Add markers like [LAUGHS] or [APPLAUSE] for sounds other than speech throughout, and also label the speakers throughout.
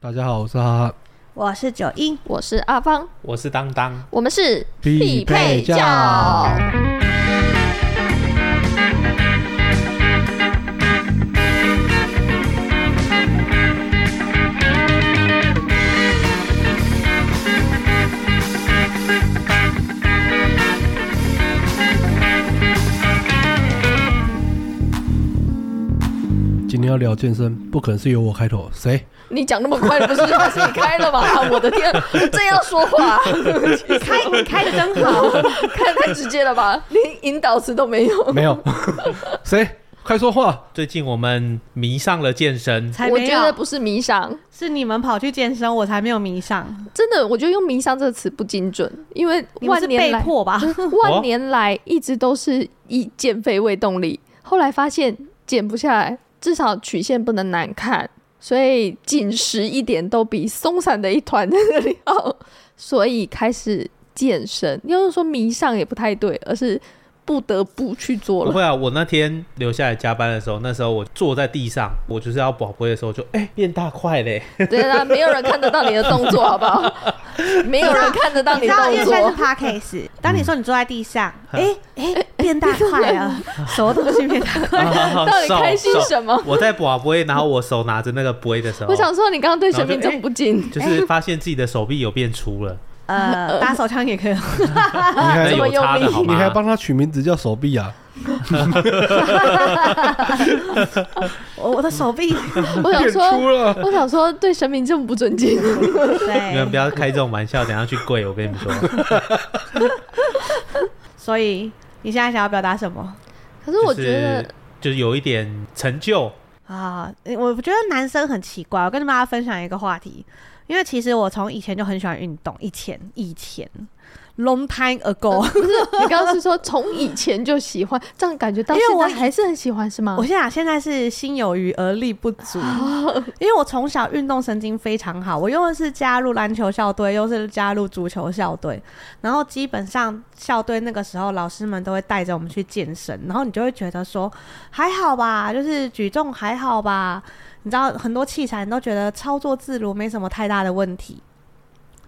Speaker 1: 大家好，我是哈哈。
Speaker 2: 我是九一，
Speaker 3: 我是阿芳，
Speaker 4: 我是当当，
Speaker 3: 我们是
Speaker 1: 匹配教今天要聊健身，不可能是由我开头，谁？
Speaker 3: 你讲那么快，不是把自己开了吗？啊我的天，这要说话，
Speaker 2: 开开的真好，
Speaker 3: [LAUGHS] 开太直接了吧，连引导词都没有。
Speaker 1: [LAUGHS] 没有， [LAUGHS] 谁？快说话！
Speaker 4: 最近我们迷上了健身，
Speaker 2: 才
Speaker 3: 我
Speaker 2: 没
Speaker 3: 觉得
Speaker 2: 有，
Speaker 3: 不是迷上，
Speaker 2: 是你们跑去健身，我才没有迷上，
Speaker 3: 真的，我觉得用“迷上”这个词不精准，因为
Speaker 2: 你们是
Speaker 3: 万年
Speaker 2: 被
Speaker 3: 来
Speaker 2: 迫吧？
Speaker 3: [LAUGHS] 万年来一直都是以减肥为动力，后来发现减不下来，至少曲线不能难看，所以紧实一点都比松散的一团在那里好，所以开始健身。要是说迷上也不太对，而是不得不去做
Speaker 4: 不 [LAUGHS]
Speaker 3: 了。
Speaker 4: 会啊，我那天留下来加班的时候，那时候我坐在地上，我就是要保杯的时候就，哎变大块
Speaker 3: [LAUGHS]
Speaker 4: 嘞，
Speaker 3: 对啊，没有人看得到你的动作，好不好？没有人看得到
Speaker 2: [LAUGHS] 你
Speaker 3: 你
Speaker 2: 知
Speaker 3: 的
Speaker 2: 道，因为
Speaker 3: 动
Speaker 2: 现在是
Speaker 3: 作。
Speaker 2: podcast，当你说你坐在地上，
Speaker 3: 嗯
Speaker 2: 哎
Speaker 3: [LAUGHS]
Speaker 2: 哎，变大块了，什么东西变大块？
Speaker 4: 到
Speaker 3: 到底开心什么？
Speaker 4: 啊我在保杯，然后我手拿着那个杯的时候
Speaker 3: 我，想说，你刚刚对
Speaker 4: 然后
Speaker 3: 神
Speaker 4: 就
Speaker 3: 明这么不敬，
Speaker 4: 就是发现自己的手臂有变粗
Speaker 3: [LAUGHS]
Speaker 4: 了，
Speaker 2: 呃，打手枪也可以，
Speaker 1: 你还
Speaker 4: 那
Speaker 3: 这么
Speaker 4: 有差的好
Speaker 1: 你还
Speaker 4: 吗？
Speaker 1: 帮他取名字叫手臂啊？
Speaker 2: 我我的手臂，
Speaker 3: 我
Speaker 1: [LAUGHS]
Speaker 3: 想
Speaker 1: 变粗
Speaker 3: 说，
Speaker 1: 了，
Speaker 3: [LAUGHS] 我想说，对神明这么不尊敬。
Speaker 2: [LAUGHS]
Speaker 3: 哎
Speaker 4: 你们不
Speaker 2: 对，
Speaker 4: 要开这种玩笑，等下去跪，我跟你们说。
Speaker 2: 所以你现在想要表达什么
Speaker 3: 可是我觉得，
Speaker 4: 就是有一点成就，
Speaker 2: 啊？我觉得男生很奇怪，我跟大家分享一个话题，因为其实我从以前就很喜欢运动，以前以前，long time ago，
Speaker 3: 不是你刚刚是说从以前就喜欢，这样感觉到
Speaker 2: 因为
Speaker 3: 现
Speaker 2: 我
Speaker 3: 在还是很喜欢是吗
Speaker 2: 我？现在现在是心有余而力不足，因为我从小运动神经非常好，我又是加入篮球校队，又是加入足球校队，然后基本上校队那个时候老师们都会带着我们去健身，然后你就会觉得说还好吧，就是举重还好吧，你知道很多器材你都觉得操作自如，没什么太大的问题，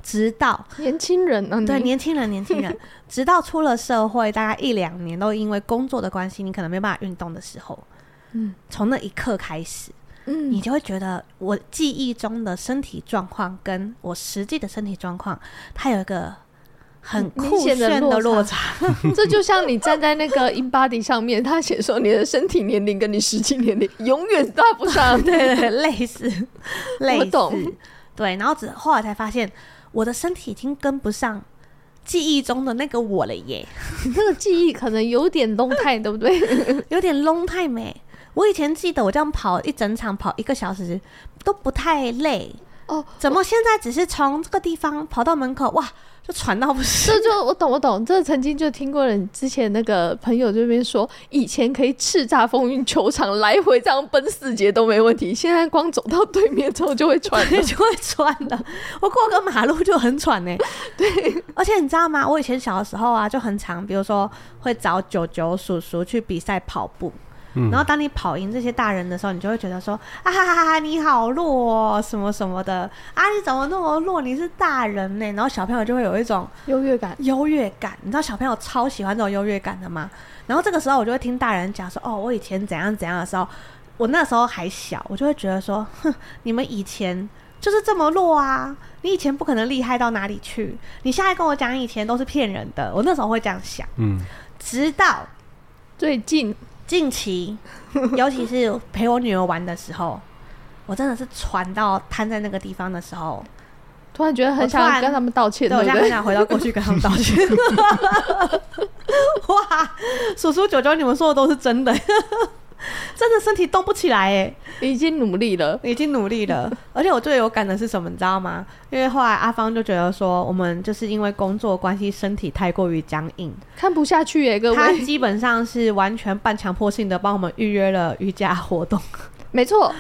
Speaker 2: 直到
Speaker 3: 年轻人啊，
Speaker 2: 对，
Speaker 3: 你
Speaker 2: 年轻人，年轻人，直到出了社会，大概一两年，都因为工作的关系，你可能没办法运动的时候，
Speaker 3: 嗯，
Speaker 2: 从那一刻开始，
Speaker 3: [LAUGHS]
Speaker 2: 你
Speaker 3: 嗯，
Speaker 2: 就会觉得我记忆中的身体状况跟我实际的身体状况，它有一个很
Speaker 3: 明
Speaker 2: 酷
Speaker 3: 显
Speaker 2: 炫
Speaker 3: 的落
Speaker 2: 的落
Speaker 3: 差
Speaker 2: 差。
Speaker 3: 这就像你站在那个 InBody 上面，他写说你的身体年龄跟你实际年龄永远搭不上。
Speaker 2: [LAUGHS]
Speaker 3: [LAUGHS]
Speaker 2: 对对对，类似，类似，
Speaker 3: 懂
Speaker 2: 对，然后只后来才发现，我的身体已经跟不上记忆中的那个我了耶。
Speaker 3: 你这个记忆可能有点动态，对不对？
Speaker 2: 有点 long time 欸我以前记得我这样跑一整场跑一个小时都不太累
Speaker 3: 哦，
Speaker 2: 怎么现在只是从这个地方跑到门口，哇，就喘到不行
Speaker 3: 这就我懂，我懂。这曾经就听过人之前那个朋友这边说，以前可以叱咤风云球场来回这样奔四节都没问题，现在光走到对面之后就会喘 [LAUGHS] 了。
Speaker 2: 就会喘了。我过个马路就很喘呢、对，而且你知道吗？我以前小的时候啊，就很常，比如说会找九九叔叔去比赛跑步。
Speaker 1: 嗯
Speaker 2: 然后当你跑赢这些大人的时候，你就会觉得说啊哈哈哈，你好弱、哦、什么什么的啊，你怎么那么弱？你是大人呢、然后小朋友就会有一种
Speaker 3: 优越感。
Speaker 2: [LAUGHS] 优越感，你知道小朋友超喜欢这种优越感的吗？然后这个时候我就会听大人讲说，哦，我以前怎样怎样的时候，我那时候还小，我就会觉得说，哼，你们以前就是这么弱啊，你以前不可能厉害到哪里去，你现在跟我讲以前都是骗人的，我那时候会这样想，
Speaker 1: 嗯，
Speaker 2: 直到
Speaker 3: 最近
Speaker 2: 近期，尤其是陪我女儿玩的时候，我真的是传到瘫在那个地方的时候，
Speaker 3: 突然觉得很想要跟他们道歉，
Speaker 2: 对，我
Speaker 3: 对
Speaker 2: 现
Speaker 3: 不
Speaker 2: 在很
Speaker 3: 对？
Speaker 2: 想回到过去跟他们道
Speaker 3: [LAUGHS]
Speaker 2: 歉。哇，叔叔九九，你们说的都是真的，真的身体动不起来哎，
Speaker 3: 已经努力了，
Speaker 2: 已经努力了。而且我最有感的是什么，你知道吗？因为后来阿芳就觉得说，我们就是因为工作关系，身体太过于僵硬，
Speaker 3: 看不下去耶，各
Speaker 2: 他
Speaker 3: 位。
Speaker 2: 基本上是完全半强迫性的帮我们预约了瑜伽活动，
Speaker 3: 没错，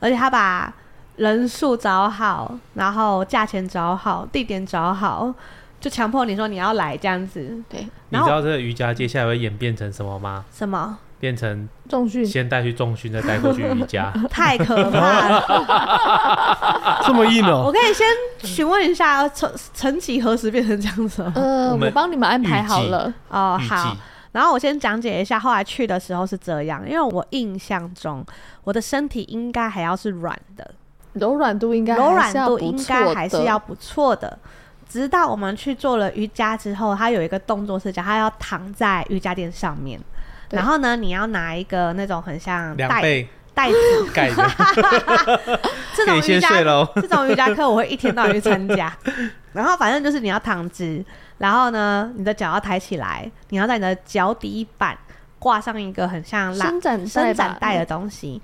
Speaker 2: 而且他把。人数找好，然后价钱找好，地点找好，就强迫你说你要来这样子，
Speaker 3: 对，
Speaker 4: 你
Speaker 2: 然后
Speaker 4: 知道这个瑜伽接下来会演变成什么吗？
Speaker 2: 什么？
Speaker 4: 变成
Speaker 3: 重训
Speaker 4: 先带去重训，再带过去瑜伽。
Speaker 2: 太可怕
Speaker 4: [LAUGHS]
Speaker 2: 了！
Speaker 4: 哦
Speaker 1: 这么硬
Speaker 2: 我
Speaker 1: 哦、
Speaker 2: 可以先询问一下，曾曾几何时变成这样子了？
Speaker 3: 呃，
Speaker 4: 我们
Speaker 3: 我帮你们安排 [LAUGHS] 好了。
Speaker 2: 哦，
Speaker 4: 预
Speaker 2: 好
Speaker 4: 计。
Speaker 2: 然后我先讲解一下，后来去的时候是这样，因为我印象中我的身体应该还要是软的，
Speaker 3: 柔软度应该
Speaker 2: 柔
Speaker 3: 还
Speaker 2: 软
Speaker 3: 是要
Speaker 2: 度
Speaker 3: 不
Speaker 2: 应
Speaker 3: 错
Speaker 2: 该还是
Speaker 3: 的
Speaker 2: 要不错的。直到我们去做了瑜伽之后，它有一个动作是讲，它要躺在瑜伽垫上面，
Speaker 3: 对
Speaker 2: 然后呢，你要拿一个那种很像
Speaker 4: 两
Speaker 2: 袋
Speaker 4: 倍
Speaker 2: 袋子
Speaker 4: 盖着，
Speaker 2: 这
Speaker 4: 可
Speaker 2: 种
Speaker 4: 以
Speaker 2: 瑜
Speaker 4: 先
Speaker 2: 伽
Speaker 4: 睡喽。
Speaker 2: [LAUGHS] 这种瑜伽课我会一天到晚去参
Speaker 3: [LAUGHS]
Speaker 2: 加。然后反正就是你要躺直，然后呢，你的脚要抬起来，你要在你的脚底板挂上一个很像拉
Speaker 3: 伸展
Speaker 2: 伸
Speaker 3: 吧
Speaker 2: 展带的东西，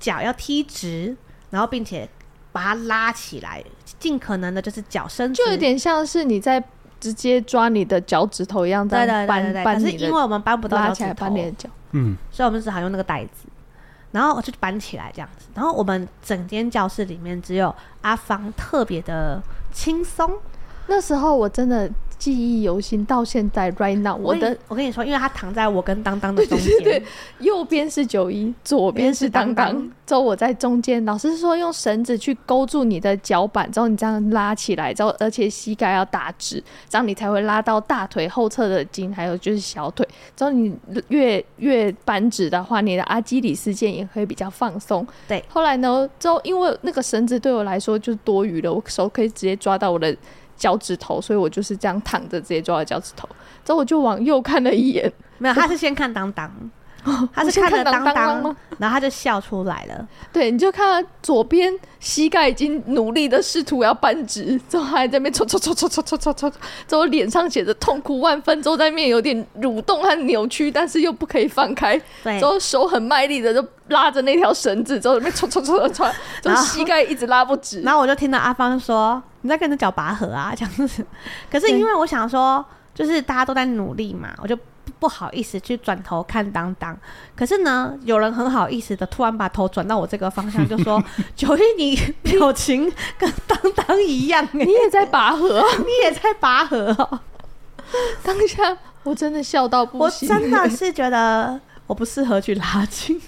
Speaker 2: 脚要踢直，然后并且把它拉起来，尽可能的就是脚伸直。
Speaker 3: 就有点像是你在直接抓你的脚趾头一样，这
Speaker 2: 对
Speaker 3: 样
Speaker 2: 对对
Speaker 3: 扳
Speaker 2: 对对，
Speaker 3: 扳
Speaker 2: 可是
Speaker 3: 你的
Speaker 2: 因为我们搬不到
Speaker 3: 拉
Speaker 2: 脚
Speaker 3: 起
Speaker 2: 趾
Speaker 3: 来
Speaker 2: 头
Speaker 3: 扳，你的脚，
Speaker 1: 嗯，
Speaker 2: 所以我们只好用那个袋子，然后我就搬起来这样子。然后我们整间教室里面只有阿芳特别的轻松。
Speaker 3: 那时候我真的记忆犹新，到现在 right now，我
Speaker 2: 我
Speaker 3: 的
Speaker 2: 的，我跟你说，因为他躺在我跟当当的中间，
Speaker 3: 对右边是九一，左边是当
Speaker 2: 右边是
Speaker 3: 当
Speaker 2: 当，
Speaker 3: 之后我在中间。老师说用绳子去勾住你的脚板，之后你这样拉起来，之后而且膝盖要打直，这样你才会拉到大腿后侧的筋，还有就是小腿。之后你越越扳直的话，你的阿基里斯腱也会比较放松。
Speaker 2: 对
Speaker 3: 后来呢，之后因为那个绳子对我来说就是多余的，我手可以直接抓到我的。脚趾头，所以我就是这样躺着直接抓到脚趾头，之后我就往右看了一眼，
Speaker 2: 没有，他是先看当当，
Speaker 3: [LAUGHS]
Speaker 2: 他
Speaker 3: 我
Speaker 2: 啊是
Speaker 3: 先
Speaker 2: 看着
Speaker 3: 当
Speaker 2: 当
Speaker 3: 当吗
Speaker 2: 当，？然后他就笑出来了。
Speaker 3: 对，你就看到左边膝盖已经努力的试图要扳直，之后他还在那边搓搓搓搓搓搓搓搓，之后脸上写着痛苦万分，之后在面有点蠕动和扭曲，但是又不可以放开，
Speaker 2: 对
Speaker 3: 之，后手很卖力的就拉着那条绳子，之后在那边搓搓搓搓
Speaker 2: [LAUGHS]
Speaker 3: 搓，之后膝盖一直拉不直。
Speaker 2: 然后我就听到阿芳说：“你在跟着脚拔河啊， [LAUGHS] 这样子。”可是因为我想说，就是大家都在努力嘛，我就不不好意思去转头看当当。可是呢，有人很好意思的突然把头转到我这个方向，就
Speaker 3: [LAUGHS]
Speaker 2: 说：“九一，你表情跟当当一样、欸，
Speaker 3: 你也在拔河、 [LAUGHS] 啊，
Speaker 2: 你也在拔河哦、
Speaker 3: 当下我真的笑到不
Speaker 2: 我
Speaker 3: 行。
Speaker 2: 真 [LAUGHS] 的是觉得我不适合去拉筋。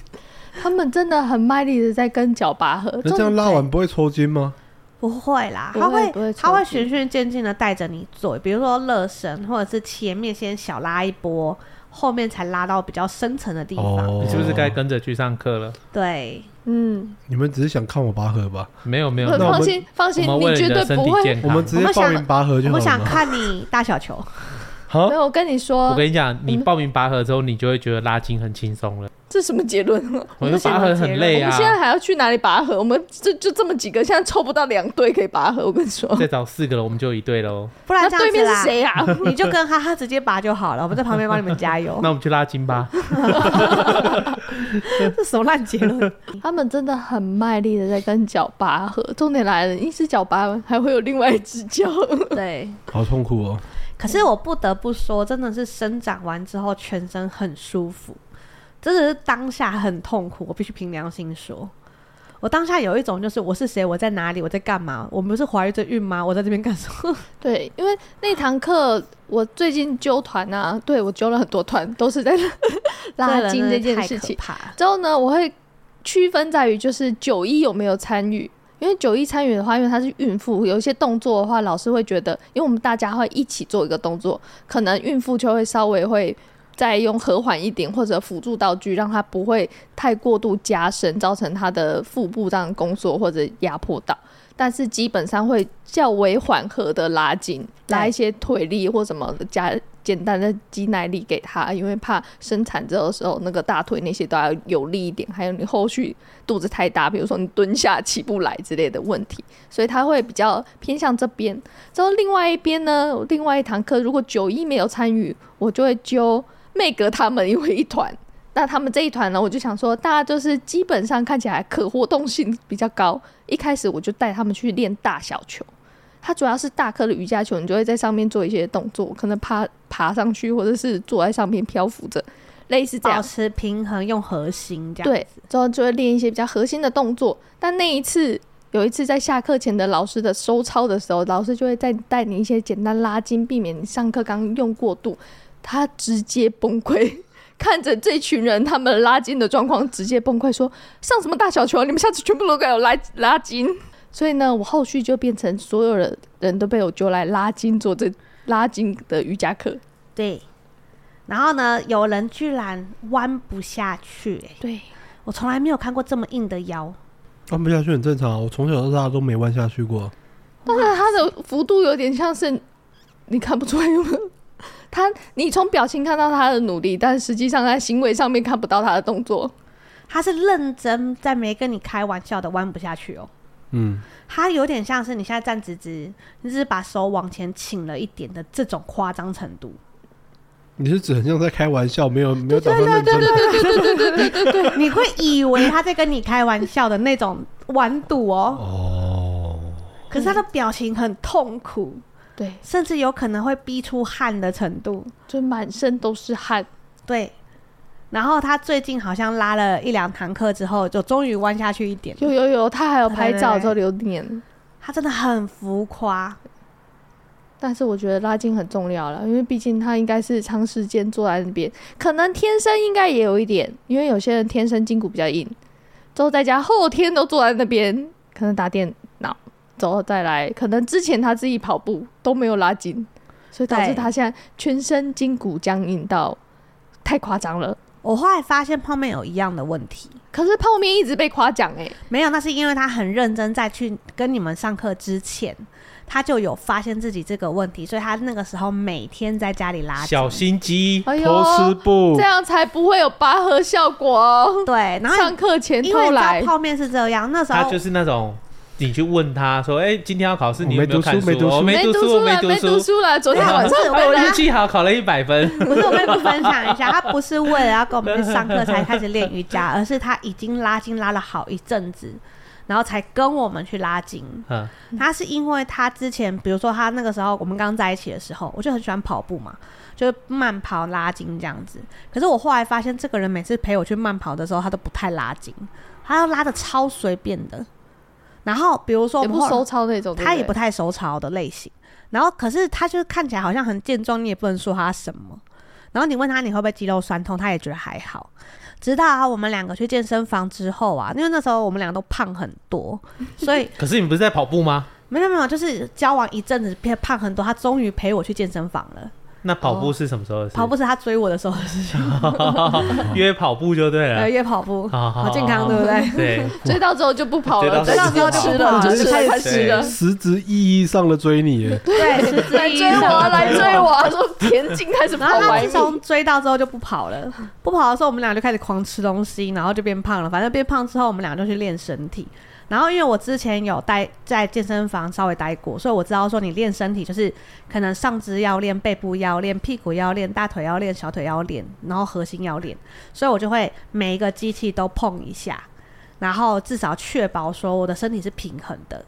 Speaker 3: 他们真的很卖力的在跟脚拔河，
Speaker 1: 那这样拉
Speaker 3: 重点
Speaker 1: 完不会抽筋吗？
Speaker 2: [LAUGHS] 不会啦，
Speaker 3: 不
Speaker 2: 他
Speaker 3: 会
Speaker 2: 会
Speaker 3: 不会
Speaker 2: 他会
Speaker 3: 抽筋
Speaker 2: 循序渐进的带着你做，比如说热身，或者是前面先小拉一波，后面才拉到比较深层的地方。
Speaker 1: 哦
Speaker 4: 你是不是该跟着去上课了？
Speaker 2: 对，
Speaker 3: 嗯，
Speaker 1: 你们只是想看我拔河吧？
Speaker 4: 没有没有，
Speaker 1: 那我
Speaker 3: 放
Speaker 1: 们
Speaker 3: 心放
Speaker 4: 我
Speaker 3: 心，
Speaker 4: 们为
Speaker 3: 你
Speaker 4: 了
Speaker 3: 绝
Speaker 4: 你
Speaker 3: 对
Speaker 4: 的身
Speaker 3: 不
Speaker 4: 体
Speaker 3: 会。
Speaker 4: 健
Speaker 1: 我
Speaker 4: 康。
Speaker 1: 们直接
Speaker 2: 我们
Speaker 1: 报
Speaker 2: 想
Speaker 1: 名拔河就
Speaker 2: 我
Speaker 1: 好了。
Speaker 2: 想看你打小球，
Speaker 1: 好
Speaker 3: 没，有，我跟你说，
Speaker 4: 我跟你讲，你报名拔河之后，你就会觉得拉筋很轻松了。
Speaker 3: 这什么结论啊？
Speaker 4: 我觉得拔河很累
Speaker 3: 我
Speaker 4: 啊
Speaker 3: 们，现在还要去哪里拔河？我们就就这么几个，现在凑不到两队可以拔河。我跟你说，
Speaker 4: 再找四个了，我们就一队喽。
Speaker 2: 不然
Speaker 3: 那
Speaker 2: 这样
Speaker 3: 对
Speaker 2: 子
Speaker 3: 面是
Speaker 2: 啦，
Speaker 3: 谁啊？ [LAUGHS]
Speaker 2: 你就跟哈哈直接拔就好了，我们在旁边帮你们
Speaker 1: [LAUGHS]
Speaker 2: 加油
Speaker 4: 那。我们去拉筋吧。
Speaker 2: [LAUGHS] 这什么烂结论？
Speaker 3: 他们真的很卖力的在跟脚拔河。重点来了，一只脚拔完还会有另外一只脚。
Speaker 2: 对，
Speaker 1: 好痛苦哦、
Speaker 2: 可是我不得不说，真的是生长完之后全身很舒服，真的是当下很痛苦。我必须凭良心说，我当下有一种就是我是谁，我在哪里，我在干嘛？我们不是怀着孕吗？我在这边干什么？
Speaker 3: [LAUGHS] 对，因为那堂课我最近揪团啊，对我揪了很多团，都是在 [LAUGHS]
Speaker 2: [LAUGHS]
Speaker 3: 拉筋这件事情。
Speaker 2: 太可怕了
Speaker 3: 之后呢，我会区分在于就是九一有没有参与，因为九一参与的话，因为她是孕妇，有一些动作的话，老师会觉得，因为我们大家会一起做一个动作，可能孕妇就会稍微会。再用和缓一点，或者辅助道具，让她不会太过度加深，造成她的腹部这样宫缩或者压迫到。但是基本上会较为缓和的拉筋，
Speaker 2: 对
Speaker 3: 拉一些腿力或什么的加简单的肌耐力给她，因为怕生产这个时候那个大腿那些都要有力一点，还有你后续肚子太大，比如说你蹲下起不来之类的问题，所以他会比较偏向这边。之后另外一边呢，另外一堂课如果九一没有参与，我就会揪妹格他们，因为一团。那他们这一团呢，我就想说，大家就是基本上看起来可活动性比较高。一开始我就带他们去练大小球，它主要是大颗的瑜伽球，你就会在上面做一些动作，可能爬爬上去，或者是坐在上面漂浮着，类似这样
Speaker 2: 保。持平衡，用核心这样。
Speaker 3: 对，之后就会练一些比较核心的动作。但那一次，有一次在下课前的老师的收操的时候，老师就会再带你一些简单拉筋，避免你上课刚用过度。他直接崩溃， [LAUGHS] 看着这群人他们拉筋的状况，直接崩溃说：“上什么大小球？你们下次全部都给我来拉筋！”所以呢，我后续就变成所有的人都被我揪来拉筋，做这拉筋的瑜伽课。
Speaker 2: 对。然后呢，有人居然弯不下去、欸，
Speaker 3: 对，
Speaker 2: 我从来没有看过这么硬的腰。
Speaker 1: 弯不下去很正常啊，我从小到大都没弯下去过。
Speaker 3: 但是它的幅度有点像是你看不出来有没有。他，你从表情看到他的努力，但实际上在行为上面看不到他的动作。
Speaker 2: 他是认真在没跟你开玩笑的弯不下去哦，
Speaker 1: 嗯，
Speaker 2: 他有点像是你现在站直直，你只是把手往前倾了一点的这种夸张程度。 [LAUGHS]
Speaker 1: 你是指很像在开玩笑，没有没有打算认真。
Speaker 2: 对，你会以为他在跟你开玩笑的那种玩度哦，
Speaker 1: 哦，
Speaker 2: 可是他的表情很痛苦，
Speaker 3: 对，
Speaker 2: 甚至有可能会逼出汗的程度。
Speaker 3: 就满身都是汗。
Speaker 2: 对，然后他最近好像拉了一两堂课之后，就终于弯下去一点。
Speaker 3: 有有有，他还有拍照
Speaker 2: 对对对
Speaker 3: 做留念。
Speaker 2: 他真的很浮夸，
Speaker 3: 但是我觉得拉筋很重要了，因为毕竟他应该是长时间坐在那边，可能天生应该也有一点，因为有些人天生筋骨比较硬，之后在家后天都坐在那边，可能打电脑，之后再来，可能之前他自己跑步都没有拉筋，所以导致
Speaker 2: 对
Speaker 3: 他现在全身筋骨僵硬到太夸张了。
Speaker 2: 我后来发现泡面有一样的问题，
Speaker 3: 可是泡面一直被夸奖哎，
Speaker 2: 没有，那是因为他很认真，在去跟你们上课之前，他就有发现自己这个问题，所以他那个时候每天在家里拉筋
Speaker 4: 小心机，
Speaker 3: 哎呦
Speaker 4: 偷吃布
Speaker 3: 这，样才不会有拔河效果哦。
Speaker 2: 对，然后
Speaker 3: 上课前
Speaker 2: 因为
Speaker 3: 偷
Speaker 2: 你知道
Speaker 3: 来，
Speaker 2: 泡面是这样，那时
Speaker 4: 他
Speaker 2: 候
Speaker 4: 就是那种你去问他说：“哎，今天要考试，
Speaker 1: 我
Speaker 4: 你有
Speaker 1: 没
Speaker 4: 没有
Speaker 1: 读书
Speaker 4: 看
Speaker 1: 没读
Speaker 4: 我
Speaker 1: 书
Speaker 4: 没读书，我
Speaker 3: 了，
Speaker 4: 读
Speaker 3: 没读
Speaker 4: 书。
Speaker 3: 书了，昨
Speaker 4: 我
Speaker 3: 天
Speaker 2: 没
Speaker 3: 晚
Speaker 2: 有
Speaker 3: 上
Speaker 2: 我
Speaker 4: 我
Speaker 2: 本来
Speaker 4: 运气好，考了一百分。 [LAUGHS]
Speaker 2: 不是我跟你们分享一下，他不是为了要跟我们去上课才开始练瑜伽，而是他已经拉筋拉了好一阵子，然后才跟我们去拉筋。
Speaker 4: 嗯
Speaker 2: 他是因为他之前，比如说他那个时候我们刚在一起的时候，我就很喜欢跑步嘛，就是慢跑拉筋这样子。可是我后来发现，这个人每次陪我去慢跑的时候，他都不太拉筋，他要拉的超随便的。然后比如说我
Speaker 3: 也
Speaker 2: 们
Speaker 3: 不
Speaker 2: 后来
Speaker 3: 收操那种，
Speaker 2: 他也
Speaker 3: 对
Speaker 2: 不
Speaker 3: 对
Speaker 2: 太手潮的类型。然后可是他就是看起来好像很健壮，你也不能说他什么。然后你问他你会不会肌肉酸痛，他也觉得还好。直到啊，我们两个去健身房之后啊，因为那时候我们俩都胖很多，所以
Speaker 4: 可是你们不是在跑步吗？
Speaker 2: 没有没有，就是交往一阵子变胖很多，他终于陪我去健身房了。
Speaker 4: 那跑步是什么时候的事？
Speaker 2: 跑步是他追我的时候的事情，
Speaker 4: 约跑步就对了
Speaker 2: [LAUGHS] 呃，。约跑步，
Speaker 4: 好好
Speaker 2: 好健康，对不对？
Speaker 4: 对，
Speaker 3: 追到之后就不跑了，
Speaker 4: 追到
Speaker 3: 之
Speaker 4: 之
Speaker 3: 后
Speaker 4: 后
Speaker 3: 就
Speaker 4: 就
Speaker 3: 吃
Speaker 4: 不
Speaker 3: 了，
Speaker 2: 跑
Speaker 3: 就
Speaker 2: 了
Speaker 3: 吃了才吃了。
Speaker 1: 实质意义上的追你耶，
Speaker 2: 对，是之
Speaker 3: [LAUGHS] 来
Speaker 2: 一
Speaker 3: 追我啊，来追我啊！说田径开始
Speaker 2: 然
Speaker 3: 跑
Speaker 2: 后他
Speaker 3: 完
Speaker 2: 自从追到之后就不跑了，不跑的时候我们俩就开始狂吃东西，然后就变胖了。反正变胖之后，我们俩就去练身体。然后因为我之前有待在健身房稍微待过，所以我知道说你练身体就是可能上肢要练、背部要练、屁股要练、大腿要练、小腿要练，然后核心要练。所以我就会每一个机器都碰一下，然后至少确保说我的身体是平衡的。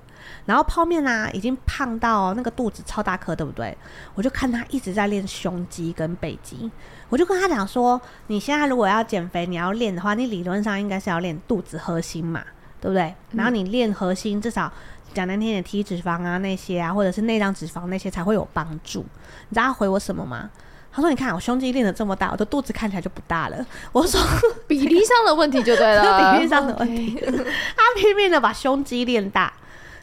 Speaker 2: 然后泡面啊，已经胖到那个肚子超大颗，对不对？我就看他一直在练胸肌跟背肌，我就跟他讲说，你现在如果要减肥，你要练的话，你理论上应该是要练肚子核心嘛，对不对？
Speaker 3: 嗯
Speaker 2: 然后你练核心，至少讲难听点，体脂肪啊那些啊，或者是内脏脂肪那些才会有帮助。你知道他回我什么吗？他说：“你看我胸肌练得这么大，我的肚子看起来就不大了。” [LAUGHS] 我说：“
Speaker 3: 比例上的问题就对了，
Speaker 2: 这比例上的问题
Speaker 3: 啊 OK
Speaker 2: [LAUGHS] 他拼命的把胸肌练大，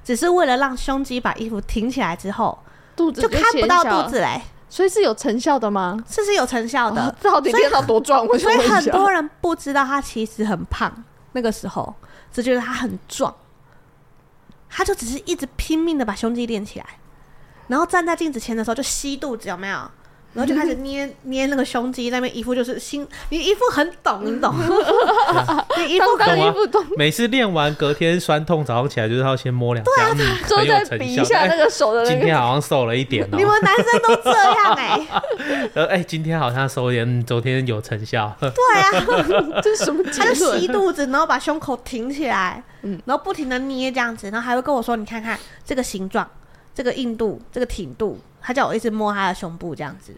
Speaker 2: 只是为了让胸肌把衣服挺起来之后，
Speaker 3: 肚子
Speaker 2: 就看不
Speaker 3: 显
Speaker 2: 到
Speaker 3: 小
Speaker 2: 肚子，嘞，
Speaker 3: 所以是有成效的吗？
Speaker 2: 这是有成效的
Speaker 3: 哦。这到底
Speaker 2: 所以
Speaker 3: 练到多
Speaker 2: [LAUGHS]
Speaker 3: 壮？我
Speaker 2: 所
Speaker 3: 想
Speaker 2: 以
Speaker 3: 问一
Speaker 2: 很
Speaker 3: 下
Speaker 2: 多人不知道他其实很胖，那个时候只觉得他很壮，他就只是一直拼命的把胸肌练起来，然后站在镜子前的时候就吸肚子，有没有？然后就开
Speaker 3: 嗯
Speaker 2: 始捏捏那个胸肌，那边一副就是心，你一副很懂，你
Speaker 3: [LAUGHS]
Speaker 2: 懂，你一副
Speaker 3: 当当
Speaker 4: 懂
Speaker 3: 衣
Speaker 4: 啊
Speaker 3: 服都
Speaker 4: 每次练完隔天酸痛，早上起来就是要先摸两
Speaker 2: 啊
Speaker 4: 下，嗯
Speaker 3: 就
Speaker 4: 很有
Speaker 3: 在比
Speaker 4: 成
Speaker 3: 一
Speaker 4: 效。
Speaker 3: 下那
Speaker 4: 哎
Speaker 3: 个手的
Speaker 4: 今
Speaker 3: 那
Speaker 4: 天
Speaker 3: 个，
Speaker 4: 好像瘦了一点哦
Speaker 2: 你，们男生都这样哎、
Speaker 3: [LAUGHS]
Speaker 4: 呃，哎，今天好像瘦一点，嗯昨天有成效。 [LAUGHS]
Speaker 2: 对啊。
Speaker 3: 这是什么啊结
Speaker 2: 他就吸
Speaker 3: 论？
Speaker 2: 肚子，然后把胸口挺起来，
Speaker 3: 嗯
Speaker 2: 然后不停的捏这样子，然后还会跟我说：“你看看这个形状，这个硬度，这个挺度。”他叫我一直摸他的胸部这样子，